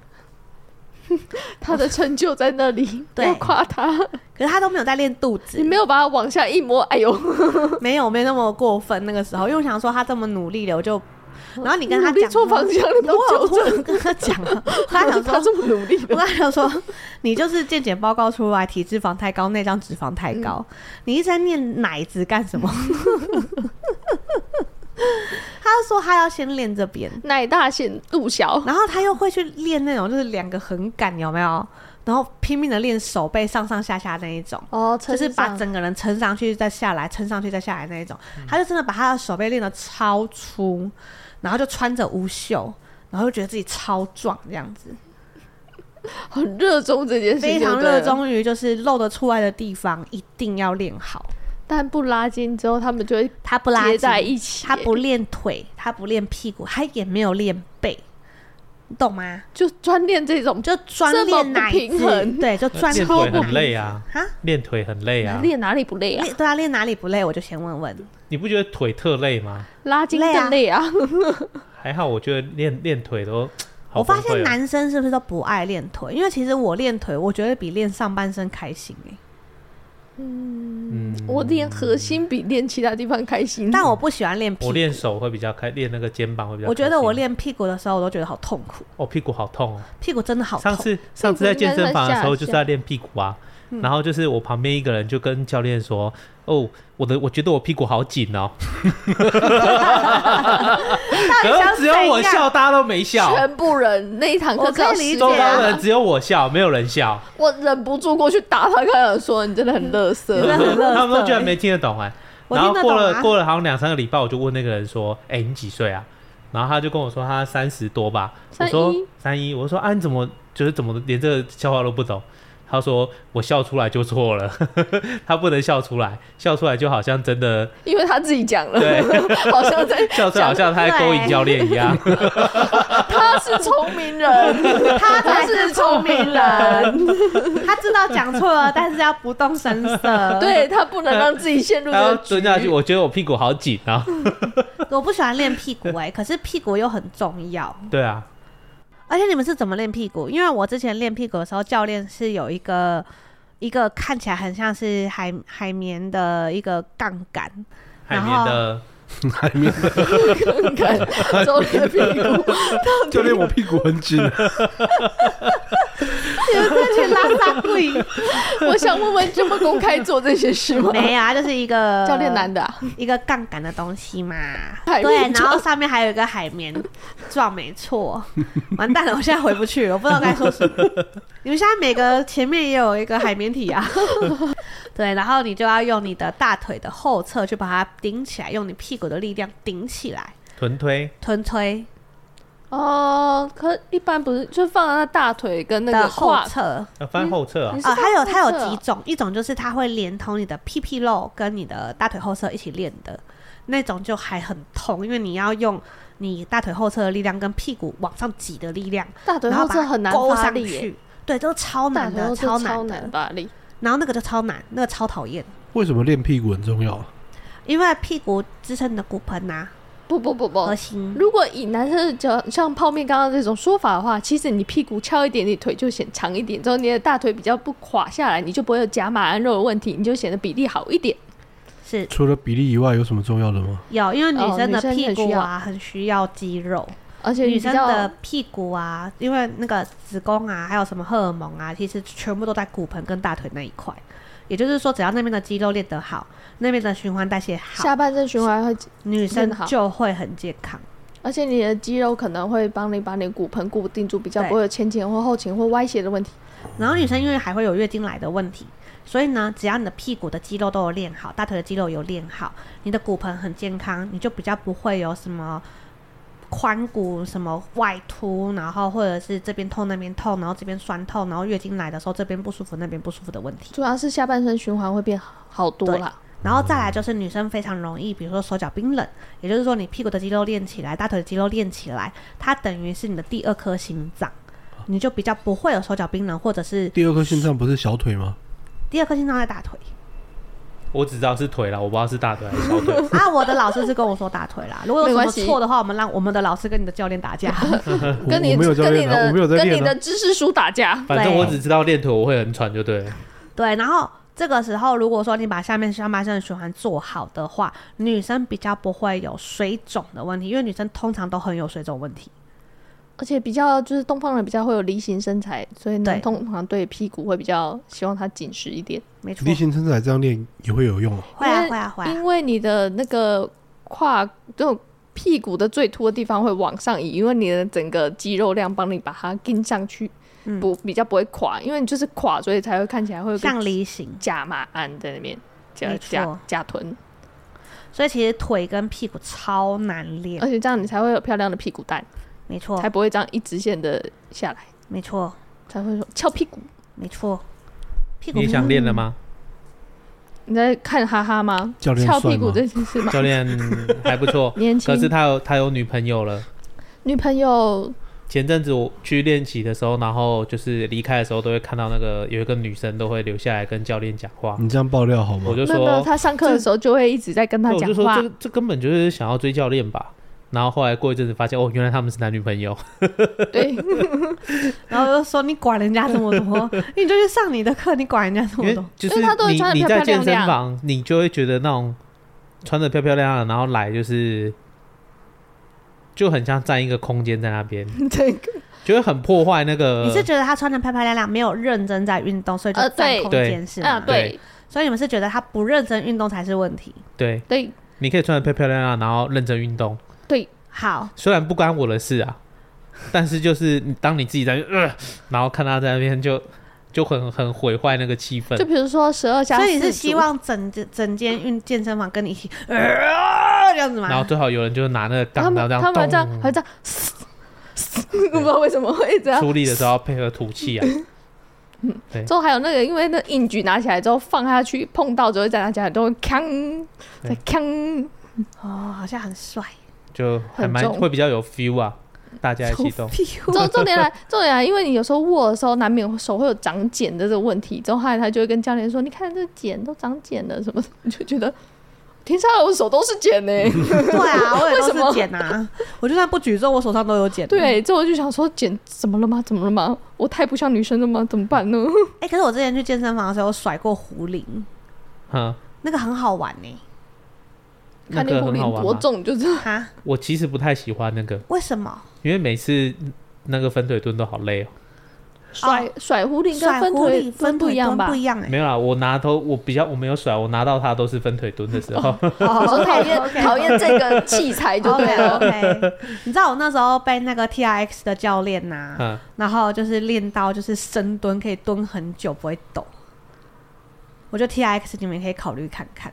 Speaker 3: 他的成就在那里，
Speaker 2: 对
Speaker 3: 要夸他。
Speaker 2: 可是他都没有在练肚子
Speaker 3: 你，没有把它往下一摸，哎呦，
Speaker 2: 没有没有那么过分。那个时候，因为我想说他这么努力了，我就然后你跟他
Speaker 3: 努力
Speaker 2: 讲
Speaker 3: 错
Speaker 2: 说，
Speaker 3: 方向了，不
Speaker 2: 我有
Speaker 3: 纠
Speaker 2: 我
Speaker 3: 正。
Speaker 2: 有跟他讲
Speaker 3: [LAUGHS]
Speaker 2: 啊，他想
Speaker 3: 他
Speaker 2: 说。
Speaker 3: 这么努力
Speaker 2: [LAUGHS] 我
Speaker 3: 的，
Speaker 2: 跟他讲说，你就是健检报告出来体脂肪太高，内脏脂肪太高，你一直在念奶子干什么？ [LAUGHS] 他就说他要先练这边，
Speaker 3: 奶大显肚小，
Speaker 2: 然后他又会去练那种就是两个横杆有没有？然后拼命的练手背上上下下那一种，
Speaker 3: 哦，
Speaker 2: 就是把整个人撑上去再下来，撑上去再下来那一种。他就真的把他的手背练得超粗，然后就穿着无袖，然后就觉得自己超壮这样子，
Speaker 3: 很热衷这件事，
Speaker 2: 非常热，衷于就是露得出来的地方一定要练好。
Speaker 3: 但不拉筋之后，他们就会
Speaker 2: 他不拉
Speaker 3: 结
Speaker 2: 筋，
Speaker 3: 在一起，
Speaker 2: 他不练腿，他不练屁股，他也没有练背，你懂吗？
Speaker 3: 就专练这种
Speaker 2: 就专
Speaker 3: 这么
Speaker 2: 练
Speaker 3: 不
Speaker 2: 奶
Speaker 3: 平
Speaker 2: 子
Speaker 3: 衡，
Speaker 2: 对，就专
Speaker 4: 练
Speaker 2: 超
Speaker 4: 腿
Speaker 2: 不
Speaker 4: 很累啊，
Speaker 2: 哈，
Speaker 4: 练腿很累啊。
Speaker 3: 练哪里不累啊？
Speaker 2: 练对啊，练哪里不累？我就先问问。
Speaker 4: 你不觉得腿特累吗？
Speaker 3: 拉筋更累啊！
Speaker 4: 还好，我觉得练练腿都好
Speaker 2: 我发
Speaker 4: 崩溃
Speaker 2: 现
Speaker 4: 哦
Speaker 2: 男生是不是都不爱练腿？因为其实我练腿，我觉得比练上半身开心哎、
Speaker 4: 嗯，
Speaker 3: [LAUGHS] 我练核心比练其他地方开心，
Speaker 2: 但我不喜欢练屁
Speaker 4: 我
Speaker 2: 股。
Speaker 4: 练手会比较开，练那个肩膀会比较开心。
Speaker 2: 我觉得我练屁股的时候，我都觉得好痛苦，
Speaker 4: 哦屁股好痛哦。
Speaker 2: 屁股真的好痛
Speaker 4: 上。次上次在健身房的时候就是在练屁股啊，
Speaker 2: 嗯
Speaker 4: 然后就是我旁边一个人就跟教练说：“哦，我的我觉得我屁股好紧哦。”
Speaker 2: 底
Speaker 4: 可
Speaker 2: 想
Speaker 4: 是只有我
Speaker 2: 怎样
Speaker 4: 笑，大家都没笑。
Speaker 3: 全部人那一堂课
Speaker 2: 我
Speaker 3: 只有
Speaker 2: 可以理
Speaker 3: 十
Speaker 2: 解啊
Speaker 4: 周
Speaker 3: 个人
Speaker 4: 遭的人只有我笑，没有人笑，
Speaker 3: 我忍不住过去打他，跟他说：“你真的
Speaker 2: 嗯
Speaker 3: 很乐
Speaker 2: [LAUGHS]
Speaker 3: 色
Speaker 2: 你。真的
Speaker 4: [LAUGHS]
Speaker 2: 很乐色
Speaker 4: 他们都居然没听得懂哎。
Speaker 2: [LAUGHS] 我
Speaker 4: 然后
Speaker 2: 听得
Speaker 4: 过
Speaker 2: 懂
Speaker 4: 了
Speaker 2: 啊。
Speaker 4: 过了好像两三个礼拜，我就问那个人说：“哎、你几岁啊？”然后他就跟我说他三十多吧，我说
Speaker 3: 31
Speaker 4: 三一，我说啊你怎么就是怎么连这个笑话都不懂？他说我笑出来就错了， [LAUGHS] 他不能笑出来，笑出来就好像真的”
Speaker 3: [LAUGHS] 因为他自己讲了，
Speaker 4: 对，
Speaker 3: [LAUGHS] 好像在
Speaker 4: 笑出来好像他在勾引教练一样。 [LAUGHS]
Speaker 3: 他是聪明人，
Speaker 2: [LAUGHS] 他才
Speaker 3: 是
Speaker 2: 是
Speaker 3: 聪
Speaker 2: 聪
Speaker 3: 明
Speaker 2: 明人， [LAUGHS] 他知道讲错了，但是要不动声色。，
Speaker 3: [LAUGHS] 对他不能让自己陷入这
Speaker 4: 然后
Speaker 3: 个
Speaker 4: 呃蹲下去，
Speaker 3: 局。
Speaker 4: 我觉得我屁股好紧
Speaker 2: [LAUGHS]
Speaker 4: 啊。
Speaker 2: 我不喜欢练屁股哎、可是屁股又很重要。
Speaker 4: 对啊，
Speaker 2: 而且你们是怎么练屁股？因为我之前练屁股的时候，教练是有一个一个看起来很像是海海绵的一个杠
Speaker 3: [LAUGHS]
Speaker 2: 杆，
Speaker 4: 海
Speaker 2: 然
Speaker 4: 绵
Speaker 2: 后
Speaker 4: 的
Speaker 1: 还没有，
Speaker 3: 看看周的屁股，
Speaker 1: 教练我屁股很紧，
Speaker 2: 你们在去拉萨贵？
Speaker 3: [LAUGHS] 我想问问，这么公开做这些事吗？
Speaker 2: [LAUGHS] 没有啊，就是一个
Speaker 3: 教练男的啊，
Speaker 2: 一个杠杆的东西嘛。
Speaker 3: 海绵
Speaker 2: 对，然
Speaker 3: 状
Speaker 2: 后上面还有一个海
Speaker 3: [LAUGHS]
Speaker 2: 绵状，没错。完蛋了，我现在回不去了，我不知道该说什
Speaker 3: [LAUGHS]
Speaker 2: 么。你们现在每个前面也有一个海绵
Speaker 3: [LAUGHS]
Speaker 2: 体啊。对，然后你就要用你的大腿的后侧去把它顶起来，用你屁股的力量顶起来，
Speaker 4: 臀推，
Speaker 2: 臀推
Speaker 3: 哦，可一般不是就放在大腿跟那
Speaker 2: 的
Speaker 3: 个
Speaker 2: 后
Speaker 3: 胯
Speaker 2: 侧。
Speaker 4: 要翻后侧啊
Speaker 3: 你。是
Speaker 2: 啊，它有
Speaker 3: 放
Speaker 2: 它有
Speaker 3: 后侧
Speaker 2: 几种，一种就是它会连同你的屁屁肉跟你的大腿后侧一起练的，那种就还很痛，因为你要用你大腿后侧的力量跟屁股往上挤的力量，
Speaker 3: 大腿
Speaker 2: 然后
Speaker 3: 后
Speaker 2: 把
Speaker 3: 侧
Speaker 2: 它
Speaker 3: 很难
Speaker 2: 勾
Speaker 3: 发
Speaker 2: 上
Speaker 3: 力耶，
Speaker 2: 去，对，都超
Speaker 3: 大
Speaker 2: 难
Speaker 3: 腿
Speaker 2: 的，
Speaker 3: 后侧超
Speaker 2: 难
Speaker 3: 难
Speaker 2: 的。
Speaker 3: 发力。
Speaker 2: 然后那个就超难，那个超讨厌，
Speaker 1: [LAUGHS] 为什么练屁股很重要？
Speaker 2: 因为屁股支撑你的骨盆呐、
Speaker 3: 不不不不
Speaker 2: 核，心。
Speaker 3: 如果以男生的角，像泡面刚刚这种说法的话，其实你屁股翘一点，你腿就显长一点，之后你的大腿比较不垮下来，你就不会有夹马鞍肉的问题，你就显得比例好一点。
Speaker 2: 是
Speaker 1: 除了比例以外，有什么重要的吗？
Speaker 2: 有，因为女
Speaker 3: 哦
Speaker 2: 生
Speaker 3: 女
Speaker 2: 的
Speaker 3: 生
Speaker 2: 屁
Speaker 3: 很需
Speaker 2: 股
Speaker 3: 要
Speaker 2: 啊，很需要肌肉。
Speaker 3: 而且
Speaker 2: 女
Speaker 3: 比
Speaker 2: 生
Speaker 3: 较
Speaker 2: 的屁股啊，因为那个子宫啊，还有什么荷尔蒙啊，其实全部都在骨盆跟大腿那一块。也就是说，只要那边的肌肉练得好，那边的循环代谢好，
Speaker 3: 下半身循环会，
Speaker 2: 女
Speaker 3: 练
Speaker 2: 生
Speaker 3: 得好
Speaker 2: 就会很健康。
Speaker 3: 而且你的肌肉可能会帮你把你的骨盆固定住，比较
Speaker 2: 对
Speaker 3: 不会有前倾或后倾或歪斜的问题。
Speaker 2: 然后女生因为还会有月经来的问题，所以呢，只要你的屁股的肌肉都有练好，大腿的肌肉有练好，你的骨盆很健康，你就比较不会有什么髋骨什么外凸，然后或者是这边痛那边痛，然后这边酸痛，然后月经来的时候这边不舒服那边不舒服的问题。
Speaker 3: 主要是下半身循环会变好多
Speaker 2: 对
Speaker 3: 啦。
Speaker 2: 然后再来就是女生非常容易，比如说手脚冰冷，也就是说你屁股的肌肉练起来，大腿的肌肉练起来，它等于是你的第二颗心脏，你就比较不会有手脚冰冷，或者是
Speaker 1: 第二颗心脏不是小腿吗？
Speaker 2: 第二颗心脏在大腿。
Speaker 4: 我只知道是腿了，我不知道是大腿还是
Speaker 2: [LAUGHS]
Speaker 4: 小腿。
Speaker 2: 啊，我的老师是跟我说大腿啦，如果有
Speaker 3: 没
Speaker 2: 什
Speaker 3: 关
Speaker 2: 么
Speaker 3: 系
Speaker 2: 错的话，我们让我们的老师跟你的教练打架。
Speaker 1: 我
Speaker 3: 跟你
Speaker 1: 我没有教
Speaker 3: 跟你
Speaker 1: 练啊，
Speaker 3: 的
Speaker 1: 我没有在
Speaker 3: 跟你
Speaker 1: 练啊
Speaker 3: 的。知识书打架，
Speaker 4: 反正我只知道练腿我会很喘就对了。
Speaker 2: 对，然后这个时候，如果说你把下面上半身的循环做好的话，女生比较不会有水肿的问题，因为女生通常都很有水肿问题。
Speaker 3: 而且比较就是东方人比较会有梨形身材，所以呢，
Speaker 2: 对
Speaker 3: 通常对屁股会比较希望它紧实一点。
Speaker 2: 没错，
Speaker 1: 梨形身材这样练也会有用哦。
Speaker 2: 会啊会啊会啊，
Speaker 3: 因为你的那个胯这种屁股的最凸的地方会往上移，因为你的整个肌肉量帮你把它跟上去，
Speaker 2: 嗯
Speaker 3: 不比较不会垮，因为你就是垮，所以才会看起来会有个
Speaker 2: 像梨形。
Speaker 3: 假马鞍在那边，假
Speaker 2: 没错
Speaker 3: 假假臀，
Speaker 2: 所以其实腿跟屁股超难练
Speaker 3: 而，且这样你才会有漂亮的屁股蛋，
Speaker 2: 没错
Speaker 3: 呃才不会这样一直线的下来，
Speaker 2: 没错
Speaker 3: 才会说翘屁股。
Speaker 2: 没错。屁股
Speaker 4: 你也想练
Speaker 3: [LAUGHS]
Speaker 4: 了吗？
Speaker 3: 你在看哈哈
Speaker 4: [LAUGHS]
Speaker 3: 吗？
Speaker 1: 教练
Speaker 3: 翘
Speaker 1: 帅
Speaker 3: 屁股
Speaker 1: 吗
Speaker 3: 这
Speaker 2: [LAUGHS]
Speaker 3: 件事吗？，
Speaker 4: 教练还不错
Speaker 3: [LAUGHS] 年轻
Speaker 4: 可，是他有他有女朋友了。
Speaker 3: 女朋友
Speaker 4: 前阵子我去练习的时候，然后就是离开的时候，都会看到那个有一个女生都会留下来跟教练讲话，
Speaker 3: 嗯
Speaker 1: 你这样爆料好吗
Speaker 4: 我？就
Speaker 3: 没有没有，
Speaker 4: 说，
Speaker 3: 他上课的时候就会一直在跟他
Speaker 4: 我
Speaker 3: 讲
Speaker 4: 就说
Speaker 3: 话
Speaker 4: 这，这根本就是想要追教练吧。然后后来过一阵子发现，哦，原来他们是男女朋友。
Speaker 3: 对，
Speaker 2: 然后又说你管人家这么
Speaker 3: [LAUGHS]
Speaker 2: 多，你就去上你的课，你管人家这
Speaker 4: [LAUGHS] 因
Speaker 2: 么
Speaker 4: 为
Speaker 2: 多，
Speaker 4: 就
Speaker 3: 因为
Speaker 4: 是
Speaker 3: 他都会
Speaker 4: 你
Speaker 3: 穿得
Speaker 4: 你
Speaker 3: 漂
Speaker 4: 在
Speaker 3: 漂
Speaker 4: 健
Speaker 3: 亮
Speaker 4: 身
Speaker 3: 亮
Speaker 4: 房，你就会觉得那种穿的漂漂亮亮的，然后来就是就很像占一个空间在
Speaker 3: [LAUGHS]
Speaker 4: 那边，
Speaker 3: 对，
Speaker 4: 就会很破坏那个。
Speaker 2: 你是觉得她穿的漂漂亮亮，没有认真在运动，所以就
Speaker 3: 呃
Speaker 2: 占
Speaker 3: 对
Speaker 2: 空
Speaker 4: 对
Speaker 2: 间是
Speaker 3: 啊，
Speaker 2: 吗？
Speaker 3: 对
Speaker 2: 所以你们是觉得她不认真运动才是问题？
Speaker 4: 对，
Speaker 3: 对，
Speaker 4: 你可以穿的漂漂亮亮，然后认真运动，
Speaker 2: 好，
Speaker 4: 虽然不关我的事啊，但是就是你当你自己在那边、呃，然后看他在那边就就很很毁坏那个气氛
Speaker 3: 就。比如说十二加四
Speaker 2: 所
Speaker 3: 组，
Speaker 2: 以你是希望整间整间运健身房跟你一起，呃，这样子
Speaker 4: 然后
Speaker 2: 吗？
Speaker 4: 最好有人就是拿那个
Speaker 3: 他
Speaker 4: 杠，然
Speaker 3: 们
Speaker 4: 后这样
Speaker 3: 他们这样
Speaker 4: 咚
Speaker 3: 还这样，嘶嘶我不知道为什么会这样。
Speaker 4: 出力的时候要配合吐
Speaker 3: [LAUGHS]
Speaker 4: 气啊。对
Speaker 3: 之后还有那个，因为那硬举拿起来之后放下去，碰到之后再拿起来都会锵，
Speaker 4: 对
Speaker 3: 再锵，
Speaker 2: 哦，好像很帅，
Speaker 4: 就还
Speaker 3: 很
Speaker 4: 蛮
Speaker 3: 重
Speaker 4: 会比较有 feel 啊，大家一起动。
Speaker 3: [LAUGHS] 重重点来，重点来，因为你有时候握的时候难免手会有长茧的这个问题，之后后来他就会跟教练说：“你看这茧都长茧了，什么的。”你就觉得 [LAUGHS] 天上我手都是茧呢、
Speaker 2: 对啊，我也都
Speaker 3: 为什么
Speaker 2: 是茧啊，我就算不举重，我手上都有茧。，
Speaker 3: [LAUGHS] 对，之后我就想说茧怎么了吗？怎么了吗？我太不像女生了吗？怎么办呢？
Speaker 2: 哎，可是我之前去健身房的时候，我甩过壶铃，
Speaker 4: 嗯，
Speaker 2: 那个很好玩呢。
Speaker 4: 那
Speaker 3: [LAUGHS] 看那
Speaker 4: 个
Speaker 3: 狐狸
Speaker 4: 很好玩
Speaker 3: 多
Speaker 4: 吗？
Speaker 3: 重，就是
Speaker 2: 哈，
Speaker 4: 我其实不太喜欢那个，
Speaker 2: 为什么？
Speaker 4: 因为每次那个分腿蹲都好累哦。
Speaker 3: 甩、 [LAUGHS] 甩狐狸跟
Speaker 2: 甩
Speaker 3: 分
Speaker 2: 壶
Speaker 3: 腿
Speaker 2: 铃
Speaker 3: 分不一样吧
Speaker 2: 不？一样哎。
Speaker 4: 没有啦，我拿头我比较我没有甩，我拿到它都是分腿蹲的时候。
Speaker 2: [LAUGHS]
Speaker 3: 我说讨厌
Speaker 2: OK，OK
Speaker 3: 哦讨厌这个器材就
Speaker 2: [LAUGHS]
Speaker 3: 对了。
Speaker 2: OK，你知道我那时候被那个 T R X 的教练呐、
Speaker 4: 嗯，
Speaker 2: 然后就是练到就是深蹲可以蹲很久不会抖。我觉得 T R X 你们也可以考虑看看，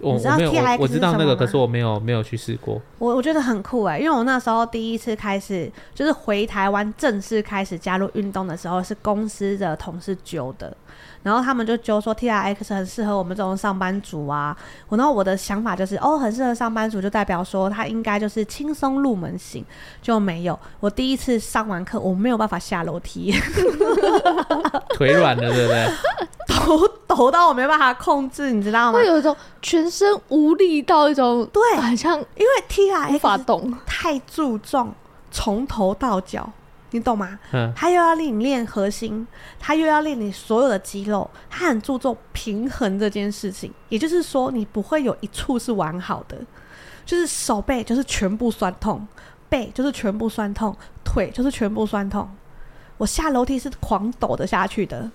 Speaker 4: 我
Speaker 2: 你知
Speaker 4: 我
Speaker 2: 道
Speaker 4: 没有
Speaker 2: TRX
Speaker 4: 我我
Speaker 2: 是
Speaker 4: 知道
Speaker 2: 什
Speaker 4: 那
Speaker 2: 么
Speaker 4: 个，
Speaker 2: 吗
Speaker 4: 可是我没有没有去试过。
Speaker 2: 我我觉得很酷哎、因为我那时候第一次开始就是回台湾正式开始加入运动的时候，是公司的同事揪的，然后他们就揪说 T R X 很适合我们这种上班族啊。我然后我的想法就是哦，很适合上班族，就代表说它应该就是轻松入门型，就没有。我第一次上完课，我没有办法下楼梯， [LAUGHS]
Speaker 4: 腿软了，对不对？
Speaker 2: 抖抖到我没办法控制，你知道吗
Speaker 3: 会？有一种全身无力到一种，
Speaker 2: 对
Speaker 3: 好像
Speaker 2: 因为 T R
Speaker 3: 无法
Speaker 2: X
Speaker 3: 动。
Speaker 2: 太注重从头到脚，你懂吗？
Speaker 4: 嗯，
Speaker 2: 他又要令你练核心，他又要练你所有的肌肉，他很注重平衡这件事情。也就是说，你不会有一处是完好的，就是手背就是全部酸痛，背就是全部酸痛，腿就是全部酸痛。我下楼梯是狂抖的下去的。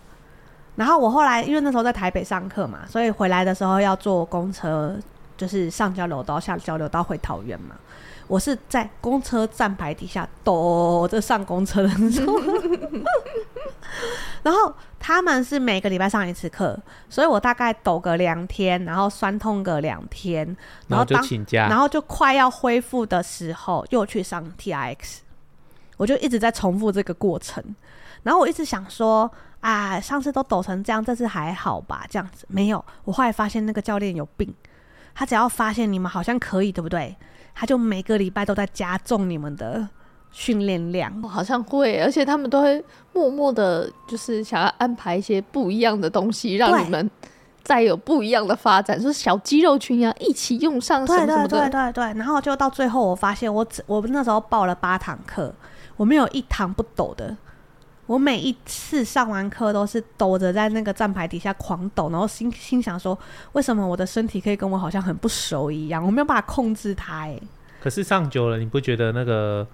Speaker 2: 然后我后来因为那时候在台北上课嘛，所以回来的时候要坐公车，就是上交流道、下交流道回桃园嘛。我是在公车站牌底下抖着上公车的那种。 [LAUGHS] 然后他们是每个礼拜上一次课，所以我大概抖个两天，然后酸痛个两天， [LAUGHS] 然
Speaker 4: 然
Speaker 2: 后
Speaker 4: 后就
Speaker 2: 当
Speaker 4: 请假，
Speaker 2: 然后就快要恢复的时候，又去上 T R X，我就一直在重复这个过程。然后我一直想说啊，上次都抖成这样，这次还好吧？这样子没有。我后来发现那个教练有病，他只要发现你们好像可以，对不对？他就每个礼拜都在加重你们的训练量。
Speaker 3: 我好像会，而且他们都会默默的，就是想要安排一些不一样的东西，让
Speaker 2: 对
Speaker 3: 你们再有不一样的发展，说小肌肉群啊，一起用上什
Speaker 2: 对
Speaker 3: 么什
Speaker 2: 对
Speaker 3: 么
Speaker 2: 对对
Speaker 3: 的。
Speaker 2: 对，然后就到最后，我发现我只我那时候报了八堂课，我没有一堂不抖的，我每一次上完课都是抖着在那个站牌底下狂抖，然后心心想说，为什么我的身体可以跟我好像很不熟一样？我没有办法控制它、欸，
Speaker 4: 可是上久了，你不觉得那个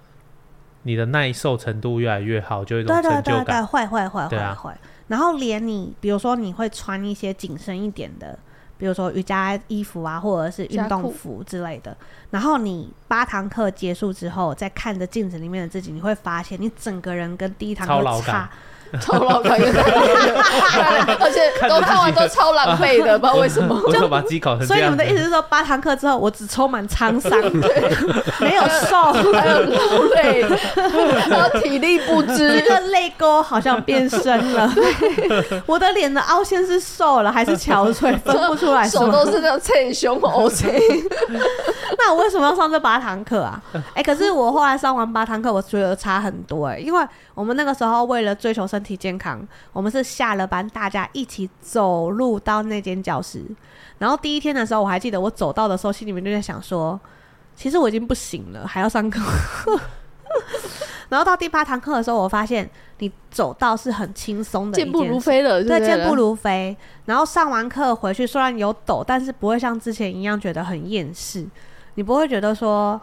Speaker 4: 你的耐受程度越来越好，就有一种
Speaker 2: 对对
Speaker 4: 成就
Speaker 2: 对对， [LAUGHS]
Speaker 4: 感？
Speaker 2: 会会会
Speaker 4: 对
Speaker 2: 会
Speaker 4: 啊
Speaker 2: 会。然后连你，比如说你会穿一些紧身一点的，比如说瑜伽衣服啊，或者是运
Speaker 3: 夹
Speaker 2: 动
Speaker 3: 裤
Speaker 2: 服之类的。然后你八堂课结束之后，再看着镜子里面的自己，你会发现你整个人跟第一堂
Speaker 4: 超
Speaker 2: 课
Speaker 4: 老
Speaker 2: 差
Speaker 4: 感。
Speaker 3: 超老
Speaker 2: [LAUGHS]
Speaker 3: 感觉，而且都看完都超浪费的，不知道为什么。
Speaker 4: 我怎么把自己搞成
Speaker 2: 所
Speaker 4: 这
Speaker 2: 以你
Speaker 4: 样
Speaker 2: 们
Speaker 4: 子
Speaker 2: 的意？思是说，八堂课之后我只充满沧桑， [LAUGHS] 没有瘦，
Speaker 3: [LAUGHS] 还有劳累，然后体力
Speaker 2: [LAUGHS]
Speaker 3: 不
Speaker 2: 这
Speaker 3: 支，
Speaker 2: 个泪沟好像变深了。 [LAUGHS] 我的脸的凹陷是瘦了还是憔悴，分不出来。
Speaker 3: 手都是那种哦捶胸
Speaker 2: [LAUGHS]
Speaker 3: O C，
Speaker 2: 那我为什么要上这八堂课啊？哎、可是我后来上完八堂课，我觉得差很多哎、因为我们那个时候为了追求身体健康，我们是下了班大家一起走路到那间教室。然后第一天的时候，我还记得我走到的时候，心里面就在想说，其实我已经不行了，还要上课。 [LAUGHS] 然后到第八堂课的时候，我发现你走到是很轻松的一
Speaker 3: 健
Speaker 2: 件
Speaker 3: 步如
Speaker 2: 事
Speaker 3: 飞了，
Speaker 2: 对，
Speaker 3: 就
Speaker 2: 健步如飞。然后上完课回去，虽然有抖，但是不会像之前一样觉得很厌世，你不会觉得说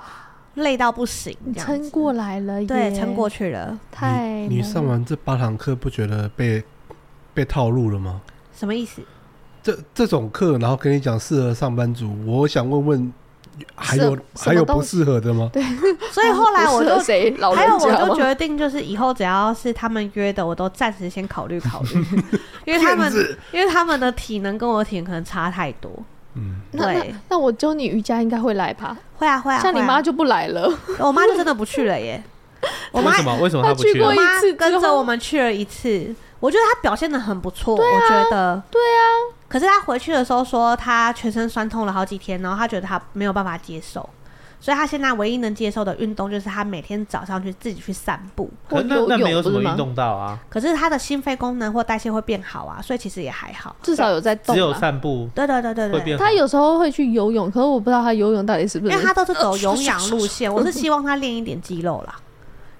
Speaker 2: 累到不行这样
Speaker 3: 撑
Speaker 2: 子。
Speaker 3: 过来了耶，
Speaker 2: 对，撑过去了，
Speaker 3: 太
Speaker 1: 你你上完这八堂课，不觉得被被套路了吗？
Speaker 2: 什么意思？
Speaker 1: 这这种课，然后跟你讲适合上班族，我想问问，还有
Speaker 3: 什
Speaker 1: 还有
Speaker 3: 什么东
Speaker 1: 不适合的吗？
Speaker 2: 所以后来我
Speaker 3: 不
Speaker 2: 就
Speaker 3: [LAUGHS] 适合谁老
Speaker 2: [LAUGHS] 还有
Speaker 3: 人
Speaker 2: 我
Speaker 3: 家
Speaker 2: 就
Speaker 3: 吗？
Speaker 2: 决定，就是以后只要是他们约的，我都暂时先考虑考
Speaker 3: [LAUGHS]
Speaker 2: 虑，因为他们
Speaker 1: 骗子
Speaker 2: 因为他们的体能跟我体能可能差太多。
Speaker 1: 嗯，
Speaker 3: 那
Speaker 2: 对
Speaker 3: 那那我教你瑜伽应该会来吧？
Speaker 2: 会啊会啊，
Speaker 3: 像你
Speaker 2: 会啊
Speaker 3: [LAUGHS] 妈，就不来了，
Speaker 2: 我妈就真的不去了
Speaker 3: [LAUGHS]
Speaker 2: 耶。我妈
Speaker 4: [LAUGHS] 为什么？为什么他不去啊
Speaker 3: 他去过
Speaker 2: 我？
Speaker 4: 了
Speaker 3: 一
Speaker 2: 妈
Speaker 3: 次之
Speaker 2: 跟着
Speaker 3: 后
Speaker 2: 我们去了一次，我觉得她表现的很不错，我觉得。
Speaker 3: 对
Speaker 2: 啊。可是她回去的时候说，她全身酸痛了好几天，然后她觉得她没有办法接受，所以她现在唯一能接受的运动就是她每天早上去自己去散步。
Speaker 4: 可是那
Speaker 3: 我
Speaker 4: 那没有
Speaker 3: 有
Speaker 4: 什
Speaker 3: 不是
Speaker 4: 么运
Speaker 3: 吗？
Speaker 4: 动到啊，
Speaker 2: 可是她的心肺功能或代谢会变好啊，所以其实也还好。
Speaker 3: 至少有在动
Speaker 4: 只有
Speaker 3: 啦
Speaker 4: 散步
Speaker 2: 对对啊对对
Speaker 4: 会
Speaker 2: 对。
Speaker 4: 变好。
Speaker 3: 他有时候会去游泳，可是我不知道他游泳到底是不
Speaker 2: 因
Speaker 3: 是
Speaker 2: 为她都是
Speaker 3: 呃
Speaker 2: 走有氧路
Speaker 3: [LAUGHS]
Speaker 2: 线，我是希望她练一点肌肉啦。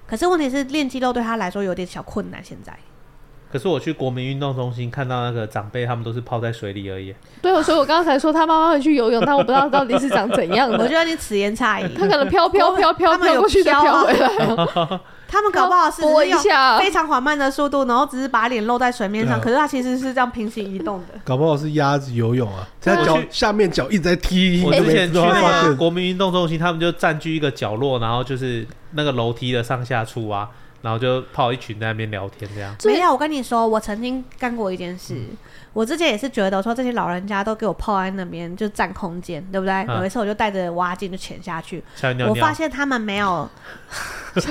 Speaker 2: 可是问题是，练肌肉对她来说有点小困难。现
Speaker 3: [LAUGHS]
Speaker 2: 在
Speaker 4: 可是我去国民运动中心看到那个长辈，他们都是泡在水里而
Speaker 2: [LAUGHS]
Speaker 4: 已。
Speaker 3: 对，啊所以我刚才说他妈妈会去游泳，但我不知道到底是长怎样
Speaker 2: 我
Speaker 3: 的
Speaker 2: 觉。得你此言差
Speaker 3: 他
Speaker 2: 矣。
Speaker 3: 可能飘飘飘飘
Speaker 2: 他们
Speaker 3: 飘
Speaker 2: 有
Speaker 3: 过去再
Speaker 2: 飘
Speaker 3: 飘
Speaker 2: 啊
Speaker 3: 回来，
Speaker 2: 他们搞不好
Speaker 3: [LAUGHS]
Speaker 2: 是
Speaker 3: 拨
Speaker 2: 只是
Speaker 3: 一
Speaker 2: 用
Speaker 3: 下，
Speaker 2: 非常缓慢的速度，然后只是把脸露在水面上，
Speaker 1: 对啊
Speaker 2: 可是它其实是这样平行移动的。
Speaker 1: 搞不好是鸭子游泳啊，现在
Speaker 4: 对
Speaker 1: 脚
Speaker 4: 我去
Speaker 1: 下面脚一直在踢，
Speaker 4: 我
Speaker 1: 你
Speaker 4: 之
Speaker 1: 每
Speaker 4: 前
Speaker 1: 次
Speaker 4: 去
Speaker 1: 都会发
Speaker 4: 那个
Speaker 1: 现
Speaker 4: 国民运动中心，他们就占据一个角落，然后就是那个楼梯的上下处啊，然后就泡一群在那边聊天这样。
Speaker 2: [LAUGHS]
Speaker 3: 最
Speaker 2: 没有，我跟你说，我曾经干过一件事，我之前也是觉得说这些老人家都给我泡在那边就占空间，对不对？
Speaker 4: 嗯
Speaker 2: 有一次我就带着蛙镜就潜下去，
Speaker 4: 吓尿
Speaker 2: 我发
Speaker 4: 尿，
Speaker 2: 现他们没有， [LAUGHS]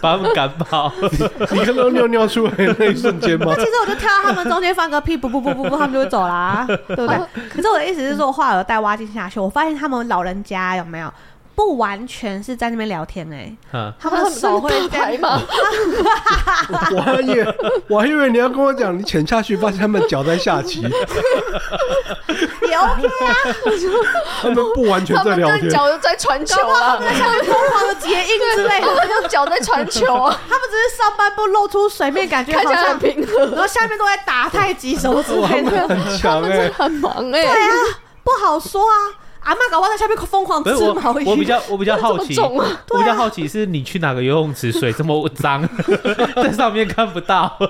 Speaker 4: 把他们赶跑。 [LAUGHS]
Speaker 1: 你看到尿尿出来的那一瞬间吗
Speaker 2: 那？其实我就跳到他们中间放个屁，不不不不不，他们就会走啦，对不对？
Speaker 3: 哦
Speaker 2: 可是我的意思是说，话有带蛙镜下去，我发现他们老人家有没有不完全是在那边聊天哎、
Speaker 4: 嗯，
Speaker 2: 他们的手会这
Speaker 3: 大
Speaker 2: 样
Speaker 3: 牌
Speaker 2: [LAUGHS]
Speaker 3: 吗？
Speaker 1: [LAUGHS] 我还以为我还以为你要跟我讲，你潜下去发现他们脚在下
Speaker 3: [LAUGHS]
Speaker 1: 棋，
Speaker 2: 也 OK 啊，
Speaker 1: 他们不完全
Speaker 3: 他
Speaker 1: 在
Speaker 3: 们
Speaker 1: 聊
Speaker 3: 在
Speaker 1: 天。
Speaker 3: 脚在传球啊，
Speaker 2: 疯狂的结印之类
Speaker 3: 他
Speaker 2: 的。
Speaker 3: 们用脚在传球
Speaker 2: [LAUGHS]
Speaker 3: 啊，
Speaker 2: 他们只是上半部露出水面，感觉
Speaker 3: 看起
Speaker 2: 好
Speaker 3: 来
Speaker 2: 像
Speaker 3: 很，平和。
Speaker 2: 然后下面都在打太极什么之
Speaker 1: 哇，他
Speaker 2: 类的。
Speaker 1: 们很
Speaker 3: 他
Speaker 1: 强
Speaker 3: 们真
Speaker 1: 哎
Speaker 3: 的！很忙哎、
Speaker 2: 对啊，不好说啊。阿妈搞不好在下面疯狂
Speaker 4: 不
Speaker 2: 吃
Speaker 4: 是我
Speaker 2: 毛，
Speaker 4: 我
Speaker 2: 衣
Speaker 4: 比。较我比较好奇，
Speaker 3: 这么重啊
Speaker 4: 我比较好奇是你去哪个游泳池水这么脏， [LAUGHS] 在上面看不到， [LAUGHS]